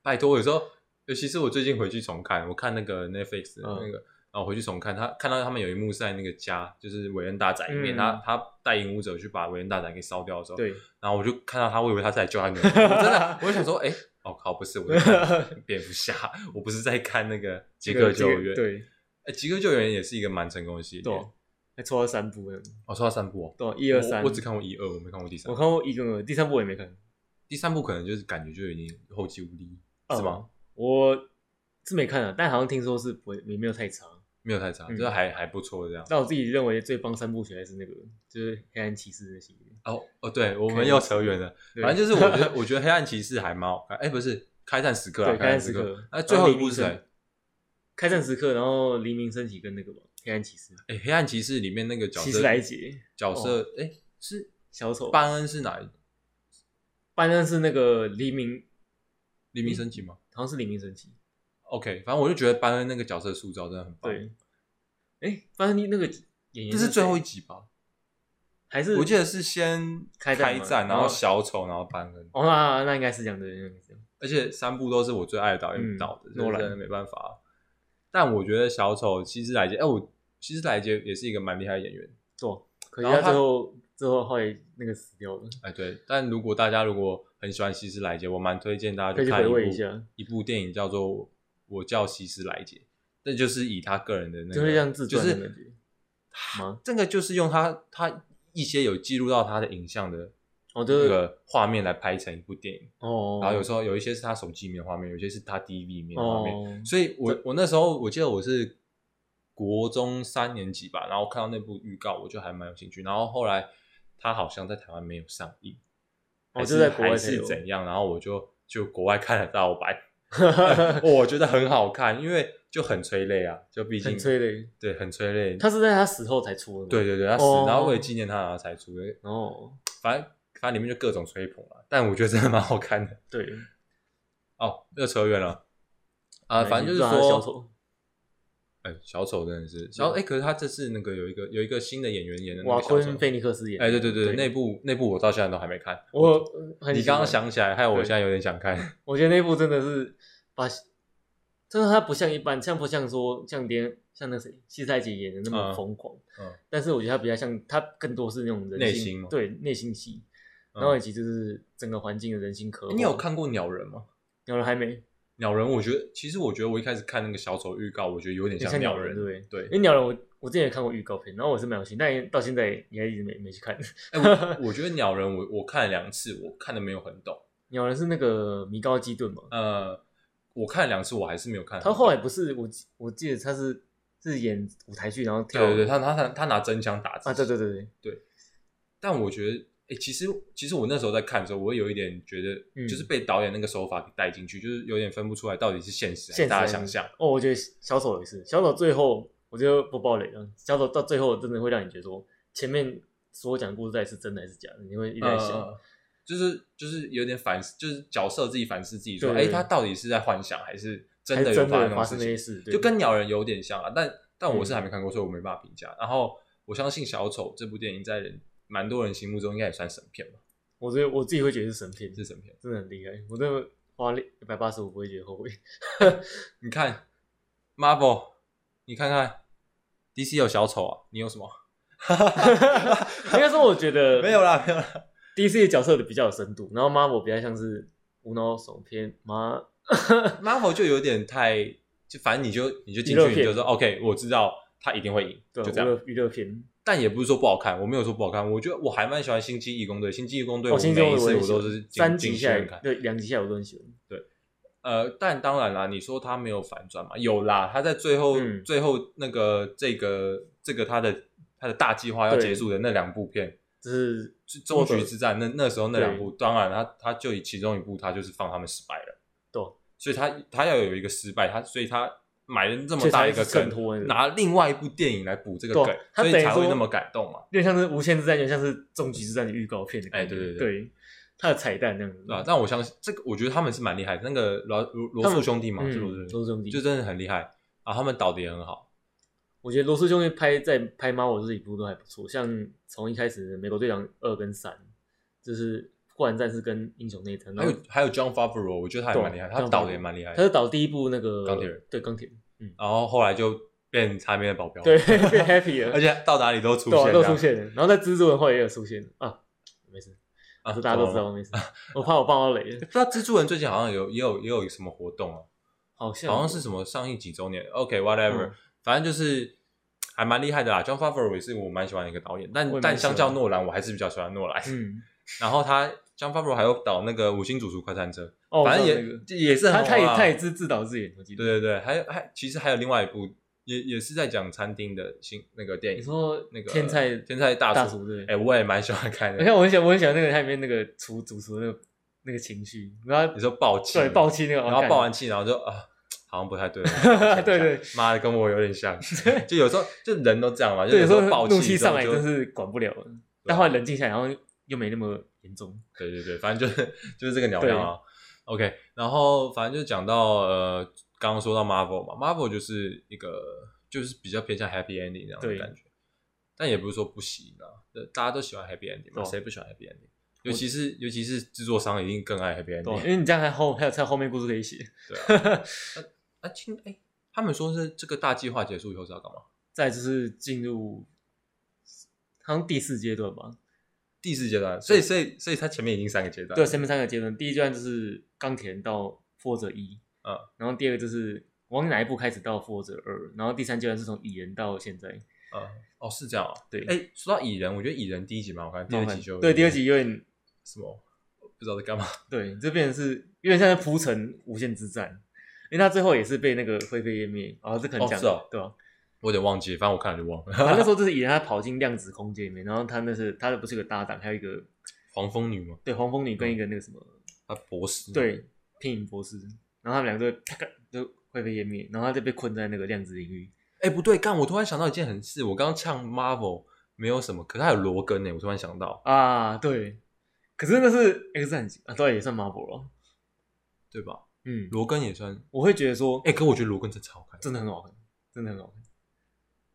Speaker 1: 拜托，有时候，尤其是我最近回去重看，我看那个 Netflix 的
Speaker 2: 嗯
Speaker 1: 那个，然后回去重看，他看到他们有一幕是在那个家，就是韦恩大宅里面，
Speaker 2: 嗯
Speaker 1: 他他带影舞者去把韦恩大宅给烧掉的时候，，
Speaker 2: 对，
Speaker 1: 然后我就看到他，我以为他是来救他女儿， 我真的，我就想说，哎、哦靠，不是，我在看蝙蝠侠，我不是在看那个极客救援，
Speaker 2: 对，
Speaker 1: 哎，极客救援也是一个蛮成功的系列，哦
Speaker 2: 对啊，还抽到三部呢，
Speaker 1: 我说到三部、哦，
Speaker 2: 对啊，一二
Speaker 1: 我
Speaker 2: 三，
Speaker 1: 我只看过一二，我没看过第三
Speaker 2: 我
Speaker 1: 部，
Speaker 2: 看过一跟二，第三部我也没看，
Speaker 1: 第三部可能就是感觉就已经后继无力，是吗？
Speaker 2: 嗯？我是没看啊，但好像听说是不会，也没有太长。
Speaker 1: 没有太差，
Speaker 2: 嗯
Speaker 1: 就是还还不错这样。
Speaker 2: 但我自己认为最棒三部曲还是那个，就是《黑暗骑士》的系列。
Speaker 1: 哦哦，对，我
Speaker 2: 可
Speaker 1: 们
Speaker 2: 以
Speaker 1: 又扯远了。
Speaker 2: 对
Speaker 1: 反正就是我觉 得，我觉得黑暗骑士还蛮好看。哎，不是开战时刻啊，
Speaker 2: 对，开
Speaker 1: 开战
Speaker 2: 战
Speaker 1: 时
Speaker 2: 时刻
Speaker 1: 刻。那最后一部是
Speaker 2: 然黎明
Speaker 1: 谁？
Speaker 2: 开战时刻，然后黎明升起跟那个吧，黑暗骑士，
Speaker 1: 哎，黑暗骑士里面那个角
Speaker 2: 骑士
Speaker 1: 色
Speaker 2: 来杰，
Speaker 1: 角
Speaker 2: 哦
Speaker 1: 色，哎，是
Speaker 2: 小丑，
Speaker 1: 班恩是哪一？
Speaker 2: 班恩是那个黎明，
Speaker 1: 黎明升起吗
Speaker 2: 好像是黎明升起，
Speaker 1: ？OK，反正我就觉得班恩那个角色塑造真的很棒。
Speaker 2: 对，哎，班恩那个演员
Speaker 1: 这是最后一
Speaker 2: 谁
Speaker 1: 集吧？
Speaker 2: 还是
Speaker 1: 我记得是先
Speaker 2: 开战哦
Speaker 1: 开
Speaker 2: 嘛
Speaker 1: 战，
Speaker 2: 然
Speaker 1: 然
Speaker 2: 后
Speaker 1: 后小丑，然后班恩，
Speaker 2: 哦，那那应该是这样的，那应该是这样
Speaker 1: 而且三部都是我最爱的导
Speaker 2: 嗯
Speaker 1: 演导的，
Speaker 2: 诺
Speaker 1: 诺
Speaker 2: 兰
Speaker 1: 兰没办法。啊但我觉得小丑其实来杰，哎，我其实来杰也是一个蛮厉害的演员。
Speaker 2: 做，可是
Speaker 1: 然后
Speaker 2: 他
Speaker 1: 他
Speaker 2: 最后最后后来那个死掉了，
Speaker 1: 哎，对，但如果大家如果很喜欢西斯莱杰，我蛮推荐大家
Speaker 2: 可以
Speaker 1: 去
Speaker 2: 去
Speaker 1: 看
Speaker 2: 回
Speaker 1: 一部
Speaker 2: 味一下，
Speaker 1: 一部电影，叫做《我叫西斯莱杰》，这就是以他个人的那个，
Speaker 2: 就是像自
Speaker 1: 就
Speaker 2: 传的感
Speaker 1: 是
Speaker 2: 觉吗？
Speaker 1: 这个就是用他他一些有记录到他的影像的
Speaker 2: 哦，就
Speaker 1: 这
Speaker 2: 是
Speaker 1: 个画面来拍成一部电影，
Speaker 2: 哦，
Speaker 1: 然后有时候有一些是他手机里面的画面，有些是他 DV 里面的画面，
Speaker 2: 哦，
Speaker 1: 所以我我那时候我记得我是国中三年级吧，然后看到那部预告，我就还蛮有兴趣。然后后来他好像在台湾没有上映，
Speaker 2: 哦
Speaker 1: 还
Speaker 2: 就是在国外
Speaker 1: 还
Speaker 2: 才
Speaker 1: 是
Speaker 2: 有
Speaker 1: 怎样？然后我就就国外看了盗版， 我觉得很好看，因为就很催泪啊，就毕竟
Speaker 2: 很催泪。
Speaker 1: 对，很催泪。
Speaker 2: 他是在他死后才出的吗？
Speaker 1: 对对对，他死，
Speaker 2: 哦
Speaker 1: 然后为了纪念他，然后才出的。
Speaker 2: 哦，
Speaker 1: 反正反正里面就各种吹捧了，但我觉得真的蛮好看的。
Speaker 2: 对，
Speaker 1: 哦，又扯远了。啊、反正就是
Speaker 2: 不知道他
Speaker 1: 说，
Speaker 2: 小丑，
Speaker 1: 哎，小丑真的是小哎、可是他这次那个有一个有一个新的演员演的那
Speaker 2: 瓦
Speaker 1: 个小
Speaker 2: 昆
Speaker 1: 丑，
Speaker 2: 菲尼克斯演的。
Speaker 1: 哎，对对对，那部那部我到现在都还没看。
Speaker 2: 我很
Speaker 1: 你
Speaker 2: 喜
Speaker 1: 刚
Speaker 2: 欢
Speaker 1: 刚，想起来，害我
Speaker 2: 对
Speaker 1: 现在有点想看。
Speaker 2: 我觉得那部真的是把，真的他不像一般，像不像说像别像那谁西塞杰演的那么
Speaker 1: 嗯
Speaker 2: 疯狂，
Speaker 1: 嗯
Speaker 2: 但是我觉得他比较像他更多是那种人
Speaker 1: 内
Speaker 2: 性
Speaker 1: 心吗哦
Speaker 2: 对内心戏，
Speaker 1: 嗯
Speaker 2: 然后以及就是整个环境的人性刻画。
Speaker 1: 哎你有？看过鸟人吗？
Speaker 2: 有人还没？
Speaker 1: 鸟人，我觉得其实我觉得我一开始看那个小丑预告，我觉得有点
Speaker 2: 有像
Speaker 1: 鸟
Speaker 2: 鸟人对不
Speaker 1: 对
Speaker 2: 因为鸟人我我之前也看过预告片，然后我是蛮有兴趣，但也到现在也还一直没没去看。
Speaker 1: 哎，我我觉得鸟人我我看了两次，我看的没有很懂。
Speaker 2: 鸟人是那个米高基顿嘛？
Speaker 1: 呃，我看了两次，我还是没有看很
Speaker 2: 他
Speaker 1: 懂。
Speaker 2: 后来不是我记我记得他是是演舞台剧，然后跳
Speaker 1: 对对对，他他他他拿真枪打自己
Speaker 2: 啊对对对对，
Speaker 1: 但我觉得，哎、其实其实我那时候在看的时候，我会有一点觉得，
Speaker 2: 嗯
Speaker 1: 就是被导演那个手法给带进去，就是有点分不出来到底是现实还
Speaker 2: 现
Speaker 1: 是
Speaker 2: 实
Speaker 1: 大家
Speaker 2: 还是
Speaker 1: 想象。
Speaker 2: 哦，我觉得小丑也是，小丑最后我就不爆雷了。小丑到最后真的会让你觉得说，前面所讲的故事到底是真的还是假的，你会一直在想。
Speaker 1: 呃，就是就是有点反思，就是角色自己反思自己说，
Speaker 2: 对
Speaker 1: 哎、他到底是在幻想还是真
Speaker 2: 还
Speaker 1: 的
Speaker 2: 是
Speaker 1: 有
Speaker 2: 真
Speaker 1: 发
Speaker 2: 的
Speaker 1: 生那
Speaker 2: 发
Speaker 1: 种
Speaker 2: 生
Speaker 1: 事
Speaker 2: 那
Speaker 1: 情
Speaker 2: 些？事，对
Speaker 1: 就跟鸟人有点像啊，但但我是
Speaker 2: 嗯
Speaker 1: 还没看过，所以我没办法评价。然后我相信《小丑》这部电影在人蛮多人心目中应该也算神片吧，
Speaker 2: 我觉得我自己会觉得是神片，
Speaker 1: 是神片。
Speaker 2: 真的很厉害。我真的花了一百八十五不会觉得 后悔。
Speaker 1: 你看 Marvel，你看看 DC 有小丑啊，你有什么？
Speaker 2: 应该说我觉得
Speaker 1: 没有啦，没有啦。
Speaker 2: DC 的角色的比较有深度，然后 Marvel 比较像是无脑爽片，妈
Speaker 1: Marvel 就有点太，就反正你就你就进
Speaker 2: 娱乐
Speaker 1: 去你
Speaker 2: 片
Speaker 1: 就说 OK，我知道他一定会赢，
Speaker 2: 对啊
Speaker 1: 就
Speaker 2: 娱
Speaker 1: 这样
Speaker 2: 乐。娱乐片，
Speaker 1: 但也不是说不好看，我没有说不好看，我觉得我还蛮喜欢《星际义工队》，《星际义工队》
Speaker 2: 哦，星期
Speaker 1: 每
Speaker 2: 六
Speaker 1: 一次
Speaker 2: 也
Speaker 1: 我
Speaker 2: 喜
Speaker 1: 都
Speaker 2: 欢
Speaker 1: 是进
Speaker 2: 三
Speaker 1: 进
Speaker 2: 集
Speaker 1: 戏
Speaker 2: 下
Speaker 1: 院
Speaker 2: 来
Speaker 1: 看，。
Speaker 2: 对两集下来我都很喜欢。
Speaker 1: 呃，但当然啦，你说他没有反转嘛？有啦，他在最后、
Speaker 2: 嗯
Speaker 1: 最后那个这个这个他的他的大计划要
Speaker 2: 对
Speaker 1: 结束的那两部片，
Speaker 2: 就是
Speaker 1: 就
Speaker 2: 做
Speaker 1: 终
Speaker 2: 的
Speaker 1: 局之战那那时候那两部，当然他他就以其中一部他就是放他们失败了，
Speaker 2: 对，
Speaker 1: 所以他他要有一个失败，他所以他买了这
Speaker 2: 所
Speaker 1: 么
Speaker 2: 以才
Speaker 1: 大
Speaker 2: 一
Speaker 1: 一
Speaker 2: 直
Speaker 1: 个
Speaker 2: 衬托那
Speaker 1: 梗，
Speaker 2: 个
Speaker 1: 拿另外一部电影来补这个
Speaker 2: 对啊
Speaker 1: 梗，
Speaker 2: 他
Speaker 1: 所以
Speaker 2: 等于
Speaker 1: 才会
Speaker 2: 说
Speaker 1: 那么感动嘛，
Speaker 2: 有点像是《无限之战》，有点像是《终极之战》的预告片的感觉。
Speaker 1: 哎对
Speaker 2: 对
Speaker 1: 对对
Speaker 2: 它的彩蛋那样子。
Speaker 1: 对吧、啊但我相信这个，我觉得他们是蛮厉害的，那个罗罗罗
Speaker 2: 嗯他们
Speaker 1: 素兄弟嘛，
Speaker 2: 嗯
Speaker 1: 是罗素兄
Speaker 2: 罗素兄弟
Speaker 1: 弟，就真的很厉害啊，他们导的也很好。
Speaker 2: 我觉得罗素兄弟拍在拍《猫》我这一部都还不错，像从一开始的《美国队长二》跟《三》，就是《灌篮战士》跟《英雄内战》，
Speaker 1: 还
Speaker 2: 然后
Speaker 1: 有还有 John Favreau，我觉得他也蛮厉害，
Speaker 2: 对
Speaker 1: 他
Speaker 2: John
Speaker 1: 导的
Speaker 2: Favreau
Speaker 1: 也蛮厉害
Speaker 2: 他。是导第一部那个
Speaker 1: 钢铁人，
Speaker 2: 对钢铁人，
Speaker 1: 然后后来就变擦边的保镖，
Speaker 2: 对， 变 happy 了，
Speaker 1: 哦而且到哪里都出
Speaker 2: 对
Speaker 1: 现
Speaker 2: 啊
Speaker 1: 这样，
Speaker 2: 都出现了。然后在蜘蛛人后来也有出现啊，没事，
Speaker 1: 啊，
Speaker 2: 这大家都知
Speaker 1: 懂了
Speaker 2: 道，
Speaker 1: 吗。
Speaker 2: 没事。我怕我爆到雷
Speaker 1: 不
Speaker 2: 了，
Speaker 1: 知道蜘蛛人最近好像有也有也有什么活动啊，
Speaker 2: 好像
Speaker 1: 好像是什么上映几周年，OK，whatever，
Speaker 2: 嗯
Speaker 1: 反正就是还蛮厉害的啦。John Favreau 也是我蛮喜欢的一个导演，但
Speaker 2: 我也蛮
Speaker 1: 但
Speaker 2: 喜欢
Speaker 1: 相较诺兰，我还是比较喜欢诺兰。
Speaker 2: 嗯，
Speaker 1: 然后他 John Favreau 还有导那个《五星主厨快餐车
Speaker 2: 哦，》，
Speaker 1: 反正
Speaker 2: 我知道
Speaker 1: 也
Speaker 2: 那个
Speaker 1: 也是很
Speaker 2: 他
Speaker 1: 红
Speaker 2: 他也
Speaker 1: 啊
Speaker 2: 他也是自导自演，我记得
Speaker 1: 对对对，还有还其实还有另外一部也也是在讲餐厅的新那个电
Speaker 2: 你
Speaker 1: 影，
Speaker 2: 说
Speaker 1: 那个
Speaker 2: 天才
Speaker 1: 天才大
Speaker 2: 大
Speaker 1: 厨，
Speaker 2: 厨对
Speaker 1: 哎、，我也蛮喜欢看
Speaker 2: 而
Speaker 1: 的。
Speaker 2: 且我很喜欢我很喜欢那个它里面那个厨主厨的那个那个情绪，然后
Speaker 1: 你说爆气，
Speaker 2: 对暴，气那个，
Speaker 1: 然
Speaker 2: 哦
Speaker 1: 后
Speaker 2: 干
Speaker 1: 爆完气，然后就啊，好像不太对，我想一下
Speaker 2: 对对，
Speaker 1: 妈的，跟我有点 像。就有时候就人都这样嘛，就
Speaker 2: 对，有时
Speaker 1: 时
Speaker 2: 候
Speaker 1: 候爆
Speaker 2: 怒
Speaker 1: 气
Speaker 2: 气
Speaker 1: 之
Speaker 2: 上
Speaker 1: 后
Speaker 2: 来
Speaker 1: 就啊
Speaker 2: 真是管不了了，但后来冷静下来，然后又没那么严重。
Speaker 1: 对对对，反正就是就是这个鸟样啊。OK，然后反正就讲到呃，刚刚说到 Marvel 嘛，Marvel 就是一个就是比较偏向 Happy Ending 那样的
Speaker 2: 对
Speaker 1: 感觉，但也不是说不行啊，呃大家都喜欢 Happy Ending 嘛，
Speaker 2: 对
Speaker 1: 谁不喜欢 Happy Ending？尤其是尤其是制作商一定更爱 Happy
Speaker 2: 对啊，因
Speaker 1: Ending。
Speaker 2: 为你这样还后还有才有后面故事可以写。
Speaker 1: 啊，今哎，他们说是这个大计划结束以后是要干嘛？
Speaker 2: 再来就是进入好像第四阶段吧，
Speaker 1: 第四阶段，所以所以所以它前面已经三个阶段，
Speaker 2: 对，，前面三个阶段，第一阶段就是钢铁人到复仇者一，
Speaker 1: 嗯，
Speaker 2: 然后第二个就是往哪一步开始到复仇者二，然后第三阶段是从蚁人到现在，
Speaker 1: 嗯，哦是这样啊。
Speaker 2: 对，
Speaker 1: 哎，说到蚁人，我觉得蚁人第一集蛮好看，第二集就
Speaker 2: 对第二集有点
Speaker 1: 什么不知道在干嘛。
Speaker 2: 对，这变成是有点像在铺陈无限之战，因为他最后也是被那个灰飞烟灭，啊，这可
Speaker 1: 哦
Speaker 2: 能讲、
Speaker 1: 是哦
Speaker 2: 对吧、
Speaker 1: 我有点忘记，反正我看了就忘了。
Speaker 2: 他那时候就是蚁人，他跑进量子空间里面，然后他那是他的不是有个搭档，还有一个
Speaker 1: 黄蜂女吗？
Speaker 2: 对黄蜂女跟一个那个什么
Speaker 1: 她博士。，
Speaker 2: 对片影博士，然后他们两个就就灰飞烟灭，然后他就被困在那个量子领域。
Speaker 1: 哎、不对，干！我突然想到一件很事，我刚刚呛 Marvel 没有什么，可是它有罗根呢、我突然想到，
Speaker 2: 啊，对。可是那是 X 战警啊，对，也算 Marvel 了。
Speaker 1: 对吧？
Speaker 2: 嗯，
Speaker 1: 罗根也算。
Speaker 2: 我会觉得说，
Speaker 1: 哎、可我觉得罗根真的超好看。
Speaker 2: 真的很好看，真的很好看。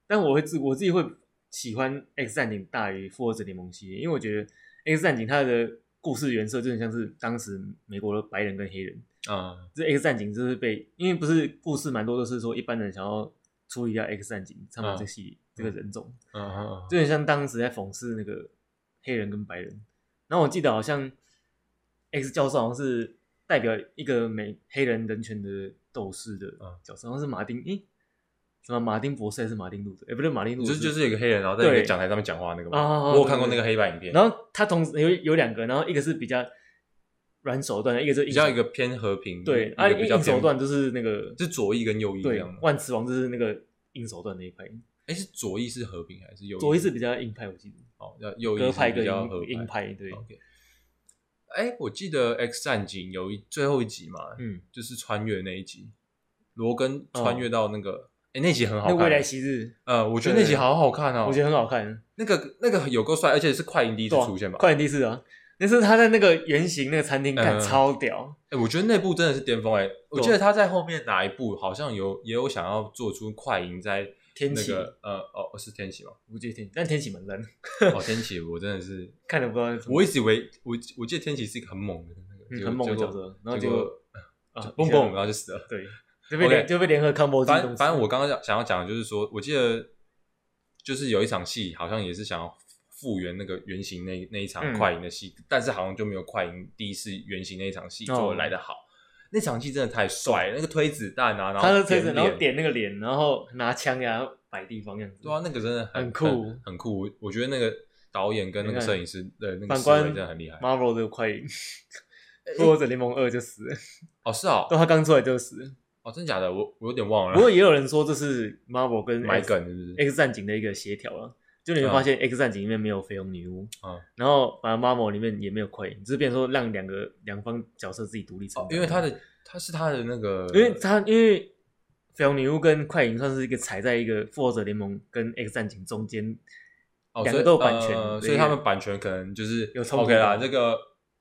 Speaker 2: 但我会自我自己会喜欢 X 战警大于复仇者联盟系列，因为我觉得 X 战警它的故事原色就很像是当时美国的白人跟黑人。
Speaker 1: 嗯，
Speaker 2: 这 X 战警就是被，因为不是故事蛮多都是说一般人想要处理掉 X 战警他们这个系、这个人种，
Speaker 1: 嗯嗯
Speaker 2: 就很像当时在讽刺那个黑人跟白人。然后我记得好像 X 教授好像是代表一个美黑人人权的斗士的
Speaker 1: 嗯
Speaker 2: 角色，好像是马丁，诶、什么马丁博士还是马丁路德？哎、不对，马丁
Speaker 1: 嗯，
Speaker 2: 路
Speaker 1: 就
Speaker 2: 德
Speaker 1: 是就是有一个黑人，然后在一个
Speaker 2: 对
Speaker 1: 讲台上面讲话那个
Speaker 2: 啊啊
Speaker 1: 嘛。
Speaker 2: 啊
Speaker 1: 我有看过那
Speaker 2: 对对
Speaker 1: 个黑白影片，
Speaker 2: 然后他同时有有两个，然后一个是比较软手段的，一个就
Speaker 1: 比较一个偏和平，
Speaker 2: 对，
Speaker 1: 一
Speaker 2: 啊，
Speaker 1: 个比较
Speaker 2: 硬手
Speaker 1: 偏
Speaker 2: 段就是那个
Speaker 1: 是左翼跟右翼这
Speaker 2: 对
Speaker 1: 样的。
Speaker 2: 万磁王就是那个硬手段那一派，
Speaker 1: 哎、是左翼是和平还是右翼？
Speaker 2: 左翼是比较硬派，我记得
Speaker 1: 哦，要右翼
Speaker 2: 鸽
Speaker 1: 是
Speaker 2: 派
Speaker 1: 比
Speaker 2: 跟
Speaker 1: 较和
Speaker 2: 鹰
Speaker 1: 平
Speaker 2: 鹰派对，
Speaker 1: OK，哎、我记得《X 战警》有一最后一集嘛，
Speaker 2: 嗯，
Speaker 1: 就是穿越那一集，罗根穿越到那个，哎、那集很好
Speaker 2: 那
Speaker 1: 看。
Speaker 2: 未来昔日
Speaker 1: 呃，我觉得那集好好看哦，
Speaker 2: 我觉得很好看，
Speaker 1: 那个那个有够帅，而且是快银第一次
Speaker 2: 对啊
Speaker 1: 出现吧？
Speaker 2: 快点第四啊！那是他在那个圆形那个餐厅
Speaker 1: 嗯
Speaker 2: 干超屌，
Speaker 1: 哎、我觉得那部真的是巅峰哎、我
Speaker 2: 啊
Speaker 1: 记得他在后面哪一部好像有也有想要做出快银在
Speaker 2: 天
Speaker 1: 那
Speaker 2: 启
Speaker 1: 个呃哦是天启吗？
Speaker 2: 我觉得天，但天启蛮赞，
Speaker 1: 哦天启，我真的是
Speaker 2: 看了不知道是什么
Speaker 1: 我一直以为我我记得天启是一个很猛的那个、
Speaker 2: 嗯
Speaker 1: 结果
Speaker 2: 很猛的
Speaker 1: 结
Speaker 2: 角
Speaker 1: 果
Speaker 2: 色，然后
Speaker 1: 结
Speaker 2: 结
Speaker 1: 果
Speaker 2: 果
Speaker 1: 就
Speaker 2: 啊
Speaker 1: 嘣嘣，然后就死了。
Speaker 2: 对，就被联
Speaker 1: OK
Speaker 2: 就被联合 combo
Speaker 1: 反
Speaker 2: 这种
Speaker 1: 正反正我刚刚想想要讲的就是说，我记得就是有一场戏，好像也是想要复原那个原型那那一场
Speaker 2: 嗯
Speaker 1: 快银的戏，但是好像就没有快银第一次原型那一场戏
Speaker 2: 哦
Speaker 1: 做的来的好。那场戏真的太帅，了，那个推子弹啊，然后
Speaker 2: 他的车子，
Speaker 1: 点
Speaker 2: 然后
Speaker 1: 脸，
Speaker 2: 点那个脸，然后拿枪给他摆地方样子，
Speaker 1: 对啊，那个真的很
Speaker 2: 很酷
Speaker 1: 很很酷。我我觉得那个导演跟那个摄影师的那个
Speaker 2: 反
Speaker 1: 思维
Speaker 2: 观
Speaker 1: 真的很厉害。
Speaker 2: Marvel 的快 影，复仇者联盟二就死了，
Speaker 1: 哦，是哦
Speaker 2: 到，他刚出来就死了。
Speaker 1: 哦，真假的，我我有点忘
Speaker 2: 不过哎
Speaker 1: 了。
Speaker 2: 也有人说这是 Marvel 跟
Speaker 1: 买
Speaker 2: X-
Speaker 1: 梗是不是？
Speaker 2: X 战警的一个协调了。就你会发现，X 战警里面没有绯红女巫，
Speaker 1: 嗯
Speaker 2: 然后反而 Marvel 里面也没有快影，只是变成说让两个两方角色自己独立成
Speaker 1: 哦
Speaker 2: 长、，
Speaker 1: 因为他的他是他的那个，
Speaker 2: 因为他因为绯红女巫跟快影算是一个踩在一个复仇者联盟跟 X 战警中间，
Speaker 1: 哦，
Speaker 2: 两
Speaker 1: 所以
Speaker 2: 个都有版权
Speaker 1: 呃，
Speaker 2: 对
Speaker 1: 所以他们版权可能就是
Speaker 2: 有冲突
Speaker 1: OK 啦，
Speaker 2: 到
Speaker 1: 这个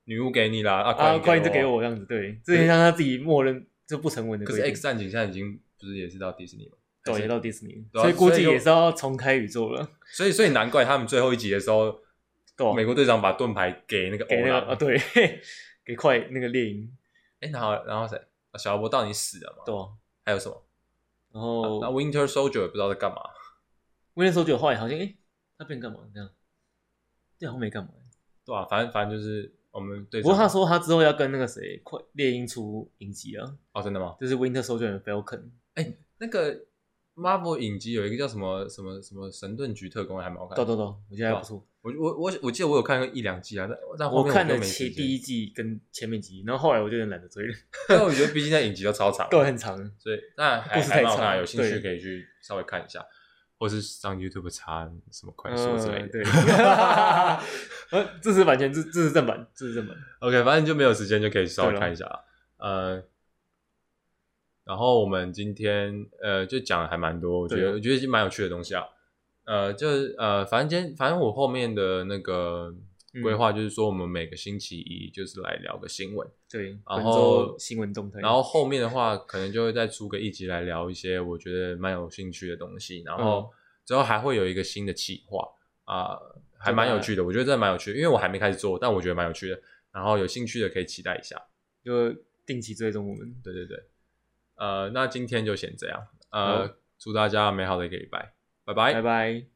Speaker 1: 女巫给你啦，啊，
Speaker 2: 啊，
Speaker 1: 快
Speaker 2: 快
Speaker 1: 影
Speaker 2: 影就给
Speaker 1: 我。
Speaker 2: 我这样子，对，这就像他自己默认就不成文的
Speaker 1: 可
Speaker 2: 规
Speaker 1: 是
Speaker 2: 定。
Speaker 1: X 战警现在已经不是也是到迪士尼吗？
Speaker 2: 导
Speaker 1: 还是
Speaker 2: 演到 Disney，
Speaker 1: 对啊
Speaker 2: 所以估
Speaker 1: 所以
Speaker 2: 计
Speaker 1: 就
Speaker 2: 也是要重开宇宙了，
Speaker 1: 所以所以难怪他们最后一集的时候，
Speaker 2: 对啊
Speaker 1: 美国队长把盾牌给那个
Speaker 2: 给
Speaker 1: 欧
Speaker 2: 那个
Speaker 1: 拉
Speaker 2: 啊，，对， 给快那个猎鹰，
Speaker 1: 哎，然后然后谁？啊小罗伯到底死了嘛？
Speaker 2: 对啊，
Speaker 1: 还有什么？啊
Speaker 2: 然后
Speaker 1: 那 Winter Soldier 也不知道在干嘛，
Speaker 2: 威廉手九后来好像，哎、他变干嘛这样？对，好像没干嘛。
Speaker 1: 对吧？反正反正就是我们对。
Speaker 2: 不过他说他之后要跟那个谁快猎鹰出影集啊，
Speaker 1: 哦，真的吗？
Speaker 2: 就是 Winter Soldier 的 Falcon。
Speaker 1: 那个 Marvel 影集有一个叫什么什么什么神盾局特工，还蛮好看的。
Speaker 2: 懂懂懂，我觉得还不错。
Speaker 1: 我我我我记得我有看过一两季啊，但但后
Speaker 2: 我
Speaker 1: 面
Speaker 2: 看
Speaker 1: 就
Speaker 2: 了
Speaker 1: 没
Speaker 2: 其
Speaker 1: 时间
Speaker 2: 第一季跟前面几集，然后后来我就有点懒得追了，
Speaker 1: 因为我觉得毕竟在影 集都超长，
Speaker 2: 都很长。
Speaker 1: 所以但还
Speaker 2: 故事
Speaker 1: 还
Speaker 2: 太
Speaker 1: 蛮好看啊，
Speaker 2: 长
Speaker 1: 有兴趣
Speaker 2: 对
Speaker 1: 可以去稍微看一下，或是上 YouTube 查什么快速之类
Speaker 2: 嗯，
Speaker 1: 的。
Speaker 2: 对， 呃，这是完全这这是正版，这是正版。
Speaker 1: OK，反正就没有时间就可以稍微看一下啊。呃，然后我们今天呃就讲了还蛮多，我觉
Speaker 2: 对
Speaker 1: 得
Speaker 2: 啊
Speaker 1: 我觉得已经蛮有趣的东西啊。呃，就是呃，反正今天反正我后面的那个
Speaker 2: 嗯
Speaker 1: 规划就是说，我们每个星期一就是来聊个新闻，
Speaker 2: 对，
Speaker 1: 后
Speaker 2: 本周新闻动态，
Speaker 1: 然后后面的话可能就会再出个一集来聊一些我觉得蛮有兴趣的东西，然后之后还会有一个新的企划啊、还蛮有趣的，我觉得真的蛮有趣的，因为我还没开始做，但我觉得蛮有趣的，然后有兴趣的可以期待一下。
Speaker 2: 就定期追踪我们。
Speaker 1: 对对对，呃，那今天就先这样，呃，
Speaker 2: 好
Speaker 1: 祝大家美好的一个礼拜，拜拜
Speaker 2: 拜。拜。